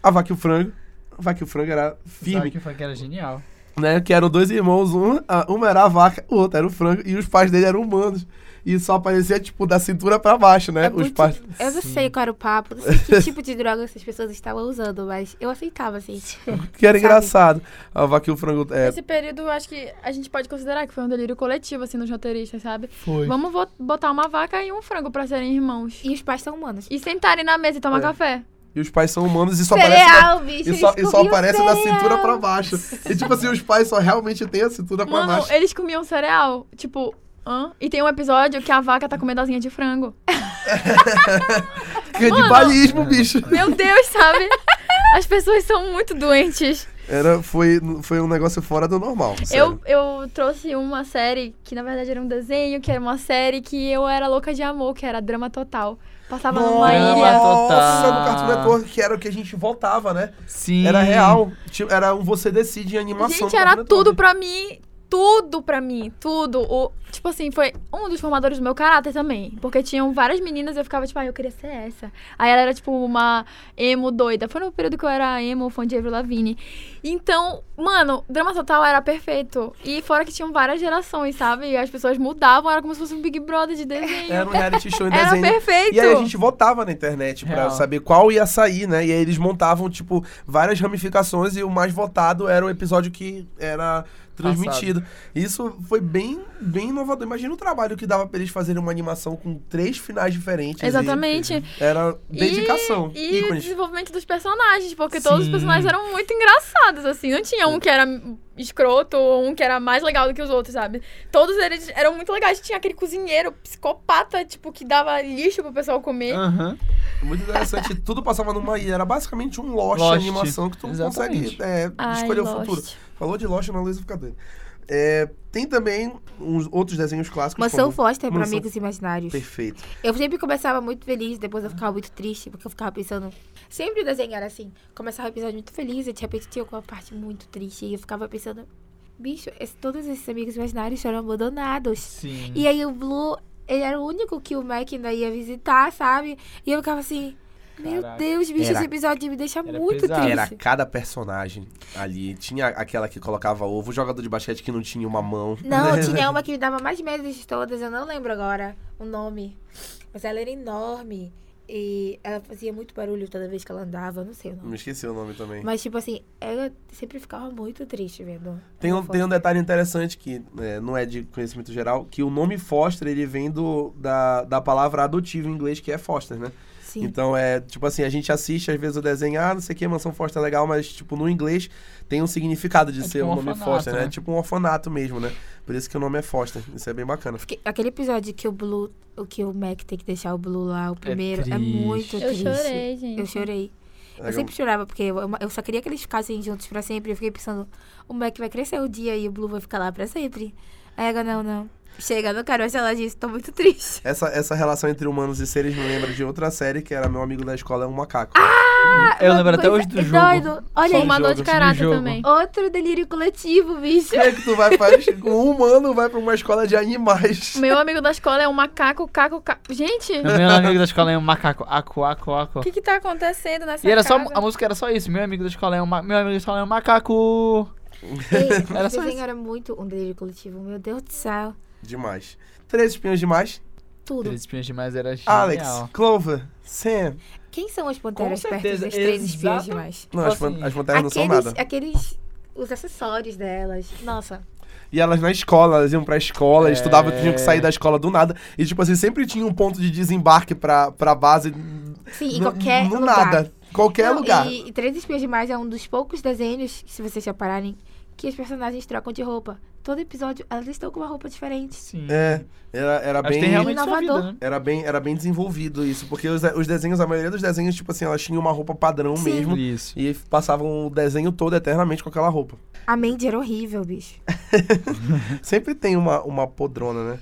A: A Vaca e o Frango. A Vaca e o Frango era
E: Sabe
A: firme,
E: que foi que era genial.
A: né? Que eram dois irmãos, um, a- uma era a vaca, o outro era o frango, e os pais dele eram humanos. E só aparecia, tipo, da cintura pra baixo, né?
B: É
A: os
B: muito-
A: pais.
B: Eu não
E: Sim.
B: sei qual era o papo, não sei que tipo de droga essas pessoas estavam usando, mas eu aceitava, assim.
A: Que era
B: sabe?
A: engraçado. A Vaca e o Frango. É,
D: Esse período, eu acho que a gente pode considerar que foi um delírio coletivo, assim, nos roteiristas, sabe?
E: Foi.
D: Vamos vo- botar uma vaca e um frango pra serem irmãos.
B: E os pais são humanos.
D: E sentarem na mesa e tomar
A: É.
D: café.
A: e os pais são humanos e só aparece. da-
B: cereal, bicho!
A: E só, e
B: eles
A: só
B: comiam
A: aparece da
B: cereal.
A: cintura pra baixo. E tipo assim, os pais só realmente têm a cintura pra
D: Mano,
A: baixo.
D: eles comiam cereal. Tipo, hã? E tem um episódio que a vaca tá comendo asinha de frango.
B: é,
A: Canibalismo, é bicho.
D: Meu Deus, sabe? As pessoas são muito doentes.
A: Era, foi, foi um negócio fora do normal.
D: Eu,
A: sério.
D: eu trouxe uma série que, na verdade, era um desenho, que era uma série que eu era louca de amor, que era drama total. Passava numa
E: Drama
D: ilha.
A: Nossa,
E: Total.
A: no Cartoon Network, que era o que a gente voltava, né?
E: Sim.
A: Era real. Tipo, era um você decide em animação.
D: Gente,
A: do
D: era
A: Cartoon
D: tudo
A: Network.
D: pra mim. Tudo pra mim, tudo. O, tipo assim, foi um dos formadores do meu caráter também. Porque tinham várias meninas e eu ficava tipo, ah, eu queria ser essa. Aí ela era tipo uma emo doida. Foi no período que eu era emo, fã de Avril Lavigne. Então, mano, Drama Total era perfeito. E fora que tinham várias gerações, sabe? E as pessoas mudavam, era como se fosse um Big Brother de desenho.
A: Era um reality show em
D: Era
A: desenho.
D: perfeito.
A: E aí a gente votava na internet pra
E: Real.
A: saber qual ia sair, né? E aí eles montavam, tipo, várias ramificações e o mais votado era o episódio que era transmitido. Isso foi bem, bem inovador. Imagina o trabalho que dava pra eles fazerem uma animação com três finais diferentes. e
D: Exatamente.
A: Era dedicação.
D: E o
A: ícones.
D: desenvolvimento dos personagens, porque todos os
E: Sim. É.
D: personagens eram muito engraçados, assim. Não tinha um que era escroto ou um que era mais legal do que os outros, sabe? Todos eles eram muito legais. Tinha aquele cozinheiro psicopata, tipo, que dava lixo pro pessoal comer.
E: Aham.
A: Muito interessante. Tudo passava numa ilha. Era basicamente um Lost,
E: Lost.
A: animação que tu não consegue
E: Exatamente.
A: é,
D: Ai,
A: escolher o
D: Lost.
A: futuro. Falou de Lost na luz fica doido. É, tem também uns outros desenhos clássicos.
B: Mansão
A: como-
B: Foster pra
A: Mansão-
B: amigos imaginários.
A: Perfeito.
B: Eu sempre começava muito feliz, depois eu ficava muito triste, porque eu ficava pensando. Sempre o desenho era assim. Começava o episódio muito feliz, e de repente tinha uma parte muito triste. E eu ficava pensando, bicho, esse- todos esses amigos imaginários foram abandonados.
E: Sim.
B: E aí o Blue, ele era o único que o Mac ainda ia visitar, sabe? E eu ficava assim. Meu
E: Caraca.
B: Deus, bicho,
A: Era-
B: esse episódio me deixa
E: era
B: muito
E: pesado.
A: Era
B: triste.
A: cada personagem ali. Tinha aquela que colocava ovo, o jogador de basquete que não tinha uma mão.
B: Não, tinha uma que me dava mais medo de todas, eu não lembro agora o nome. Mas ela era enorme. E ela fazia muito barulho toda vez que ela andava, eu não sei o nome.
A: Me esqueci o nome também.
B: Mas, tipo assim, ela sempre ficava muito triste vendo.
A: Tem um,
B: Foster.
A: tem um detalhe interessante que é, não é de conhecimento geral, que o nome Foster, ele vem do, da, da palavra adotiva em inglês, que é Foster, né?
B: Sim.
A: Então é, tipo assim, a gente assiste às vezes o desenho, ah, não sei o que, mansão Foster é legal, mas, tipo, no inglês tem um significado de
E: É
A: ser
E: tipo
A: o
E: um
A: nome
E: orfanato,
A: Foster, né?
E: né?
A: É tipo um orfanato mesmo, né? Por isso que o nome é Foster. Isso é bem bacana.
B: Porque aquele episódio que o Blue. O que o Mac tem que deixar o Blue lá, o primeiro, é,
E: triste.
B: muito
D: Eu
B: triste.
D: chorei, gente.
B: Eu
E: é
B: chorei. Eu
A: Legal.
B: sempre chorava, porque eu, eu só queria que eles ficassem juntos pra sempre. Eu fiquei pensando, o Mac vai crescer um dia e o Blue vai ficar lá pra sempre. Aí agora, não, não. Chega, não quero mais falar disso, tô muito triste.
A: Essa, essa relação entre humanos e seres me lembra de outra série que era Meu Amigo da Escola é um Macaco.
E: Ah! Eu
B: Uma
E: lembro até
B: coisa
E: hoje do jogo.
B: Doido. Olha aí,
D: Formador
A: jogo,
D: de caráter
E: um jogo.
D: também.
B: outro delírio coletivo, bicho.
A: Como é que tu vai para um humano vai pra uma escola de animais?
D: Meu amigo da escola é um macaco, caco, caco. Gente,
E: O meu amigo da escola é um macaco. Aco, aco, aco.
D: o que que tá acontecendo nessa
E: E era só,
D: casa?
E: a música era só isso. Meu amigo da escola é um, ma- meu amigo da escola é um macaco.
B: Ei,
E: Era
B: esse
E: só
B: desenho
E: isso.
B: era muito um delírio coletivo, meu Deus do céu.
A: Demais. Três espinhos demais.
B: Tudo.
E: Três espinhos demais era genial.
A: Alex, Clover, Sam.
B: Quem são as panteras
E: Com
B: perto
E: certeza,
B: das três espinhas
E: exata-
B: demais?
A: Não,
E: Tipo
A: as, pan-
E: assim,
A: as panteras Tá, não são
B: Aqueles,
A: nada.
B: aqueles. Os acessórios delas. Nossa.
A: E elas na escola, elas iam pra escola,
E: É.
A: estudavam, tinham que sair da escola do nada. E, tipo assim, sempre tinha um ponto de desembarque pra, pra base.
B: Sim, em
A: no-
B: qualquer
A: no
B: lugar.
A: nada. Qualquer
B: Não,
A: lugar.
B: E, e Três Espinhas Demais é um dos poucos desenhos, se vocês repararem, que os personagens trocam de roupa. Todo episódio, elas estão com uma roupa diferente.
E: Sim.
A: É, era, era
E: Mas
A: bem.
E: tem realmente sua
B: Inovador.
E: vida, né?
A: Era bem, era bem desenvolvido isso, porque os, os desenhos, a maioria dos desenhos, tipo assim, elas tinham uma roupa padrão
B: Sim.
A: mesmo.
E: Isso.
A: E passavam o desenho todo eternamente com aquela roupa.
B: A Mandy era horrível, bicho.
A: Sempre tem uma, uma podrona, né?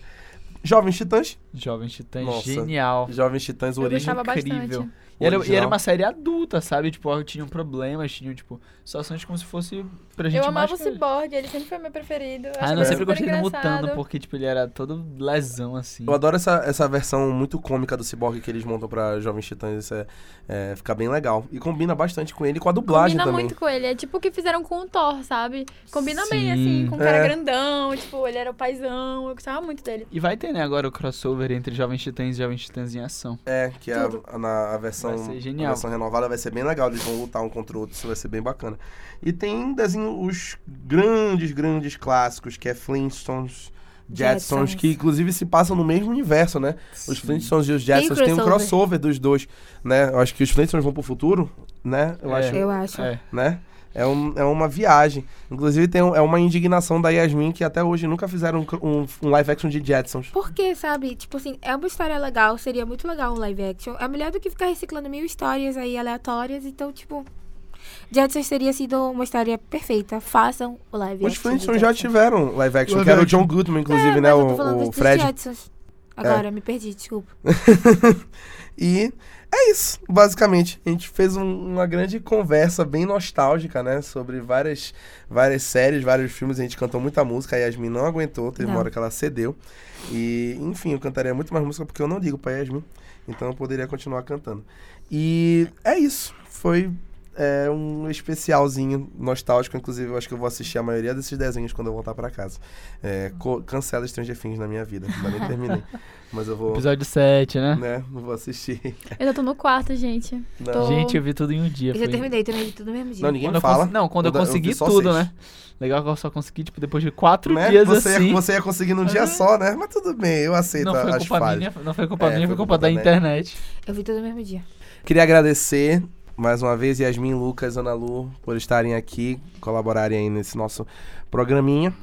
A: Jovens Titãs.
E: Jovens Titãs,
A: Nossa.
E: genial.
A: Jovens Titãs,
D: Eu
A: origem.
D: gostava
E: incrível.
D: bastante.
E: E era, e
A: original.
E: era uma série adulta, sabe? Tipo, tinham problemas, tinham, tipo, situações como se fosse pra gente
D: Eu amava o
E: mais... velha.
D: Cyborg, ele sempre foi meu preferido. Eu
E: Ah,
D: achava
E: não, eu sempre
D: super
E: gostei do
D: engraçado.
E: Mutano, porque, tipo, ele era todo lesão, assim.
A: Eu adoro essa, essa versão muito cômica do Cyborg que eles montam pra Jovens Titãs. Isso é, é, fica bem legal. E combina bastante com ele e com a dublagem
D: Combina
A: também.
D: muito com ele. É tipo o que fizeram com o Thor, sabe? Combina bem,
E: Sim.
D: assim, com um cara
A: É.
D: grandão. Tipo, ele era o paizão. Eu gostava muito dele.
E: E vai ter, né, agora o crossover entre Jovens Titãs e Jovens Titãs em Ação.
A: É, que a,
B: Tudo.
A: a- na, a versão,
E: Vai ser
A: a
E: genial.
A: versão renovada vai ser bem legal. Eles vão lutar um contra o outro, isso vai ser bem bacana. E tem um desenho, os grandes, grandes clássicos, que é Flintstones, Jetsons,
B: Jetsons.
A: que inclusive se passam no mesmo universo, né? Os
E: Sim.
A: Flintstones e os Jetsons tem, um
B: crossover.
A: crossover dos dois, né? Eu acho que os Flintstones vão pro futuro, né? Eu
E: É.
A: acho,
B: Eu acho.
E: É.
A: né? É, um- é uma viagem. Inclusive, tem um- é uma indignação da Yasmin que até hoje nunca fizeram um cr- um, um live action de Jetsons.
B: Porque, sabe, tipo assim, é uma história legal, seria muito legal um live action. É melhor do que ficar reciclando mil histórias aí aleatórias. Então, tipo, Jetsons teria sido uma história perfeita. Façam o live
A: Os
B: action.
A: Flintstones
B: do
A: já
B: Jetsons.
A: tiveram live action,
E: Live
A: que era o
E: action.
A: John Goodman, inclusive,
B: É,
A: né?
B: mas eu tô falando
A: O, o
B: dos
A: Fred. É.
B: Jetsons. Agora, me perdi, desculpa.
A: E é isso, basicamente. A gente fez um- uma grande conversa bem nostálgica, né? Sobre várias, várias séries, vários filmes. A gente cantou muita música. A Yasmin não aguentou, teve uma
B: Não.
A: hora que ela cedeu. E, enfim, eu cantaria muito mais música porque eu não ligo pra Yasmin. Então eu poderia continuar cantando. E é isso. Foi. é, um especialzinho nostálgico, inclusive eu acho que eu vou assistir a maioria desses desenhos quando eu voltar pra casa. É, co- cancela Stranger Things na minha vida, ainda nem terminei. Mas eu vou,
E: Episódio 7, né?
A: né, eu vou assistir.
D: Eu já tô no quarto, gente.
A: Não.
D: Tô-
E: Gente, eu vi tudo em um dia.
B: Eu já
E: foi-
B: terminei, terminei tudo no mesmo dia.
A: Não, ninguém
E: Quando eu
A: fala.
E: cons- Não, quando eu
A: Quando eu- eu
E: consegui
A: vi só
E: tudo,
A: seis.
E: né? Legal que eu só consegui, tipo, depois de quatro
A: Né?
E: dias
A: você,
E: assim. É.
A: ia, você ia conseguir num dia só, né? Mas tudo bem, eu aceito
E: Não foi
A: as
E: culpa
A: falhas.
E: minha, não foi culpa
A: É,
E: minha, foi culpa da
A: dela.
E: internet.
B: Eu vi tudo no mesmo dia.
A: Queria agradecer mais uma vez Yasmin, Lucas, Ana Lu por estarem aqui, colaborarem aí nesse nosso programinha.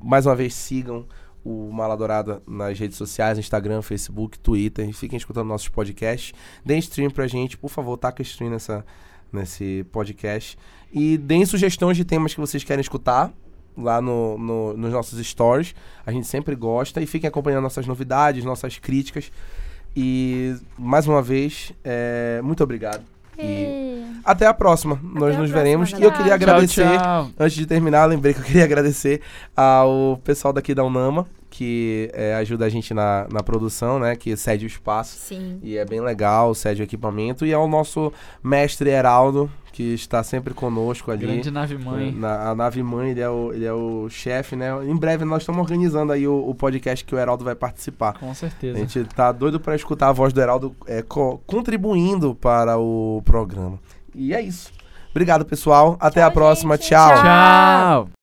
A: Mais uma vez, sigam o Mala Dourada nas redes sociais, Instagram, Facebook, Twitter. E fiquem escutando nossos podcasts. Deem stream pra gente, por favor, taca stream nessa, nesse podcast. E deem sugestões de temas que vocês querem escutar lá no, no- nos nossos stories. A gente sempre gosta. E fiquem acompanhando nossas novidades, nossas críticas. E mais uma vez, é, muito obrigado. E
D: E...
A: até a próxima. Nós
B: a
A: nos
B: próxima,
A: veremos. E eu
D: galera.
A: queria
D: Tchau,
A: agradecer.
E: Tchau, tchau.
A: Antes de terminar, eu lembrei que eu queria agradecer ao pessoal daqui da Unama, que é, ajuda a gente na, na produção, né? Que cede o espaço.
B: Sim.
A: E é bem legal, cede o equipamento. E ao nosso mestre Heraldo, que está sempre conosco ali.
E: Grande nave mãe.
A: Na- a nave mãe, ele é o, ele é o chefe, né? Em breve nós estamos organizando aí o, o podcast que o Heraldo vai participar.
E: Com
A: A
E: certeza.
A: gente tá doido para escutar a voz do Heraldo é, co- contribuindo para o programa. E é isso. Obrigado, pessoal. Até
D: Tchau,
A: a próxima.
D: gente.
A: Tchau.
E: Tchau.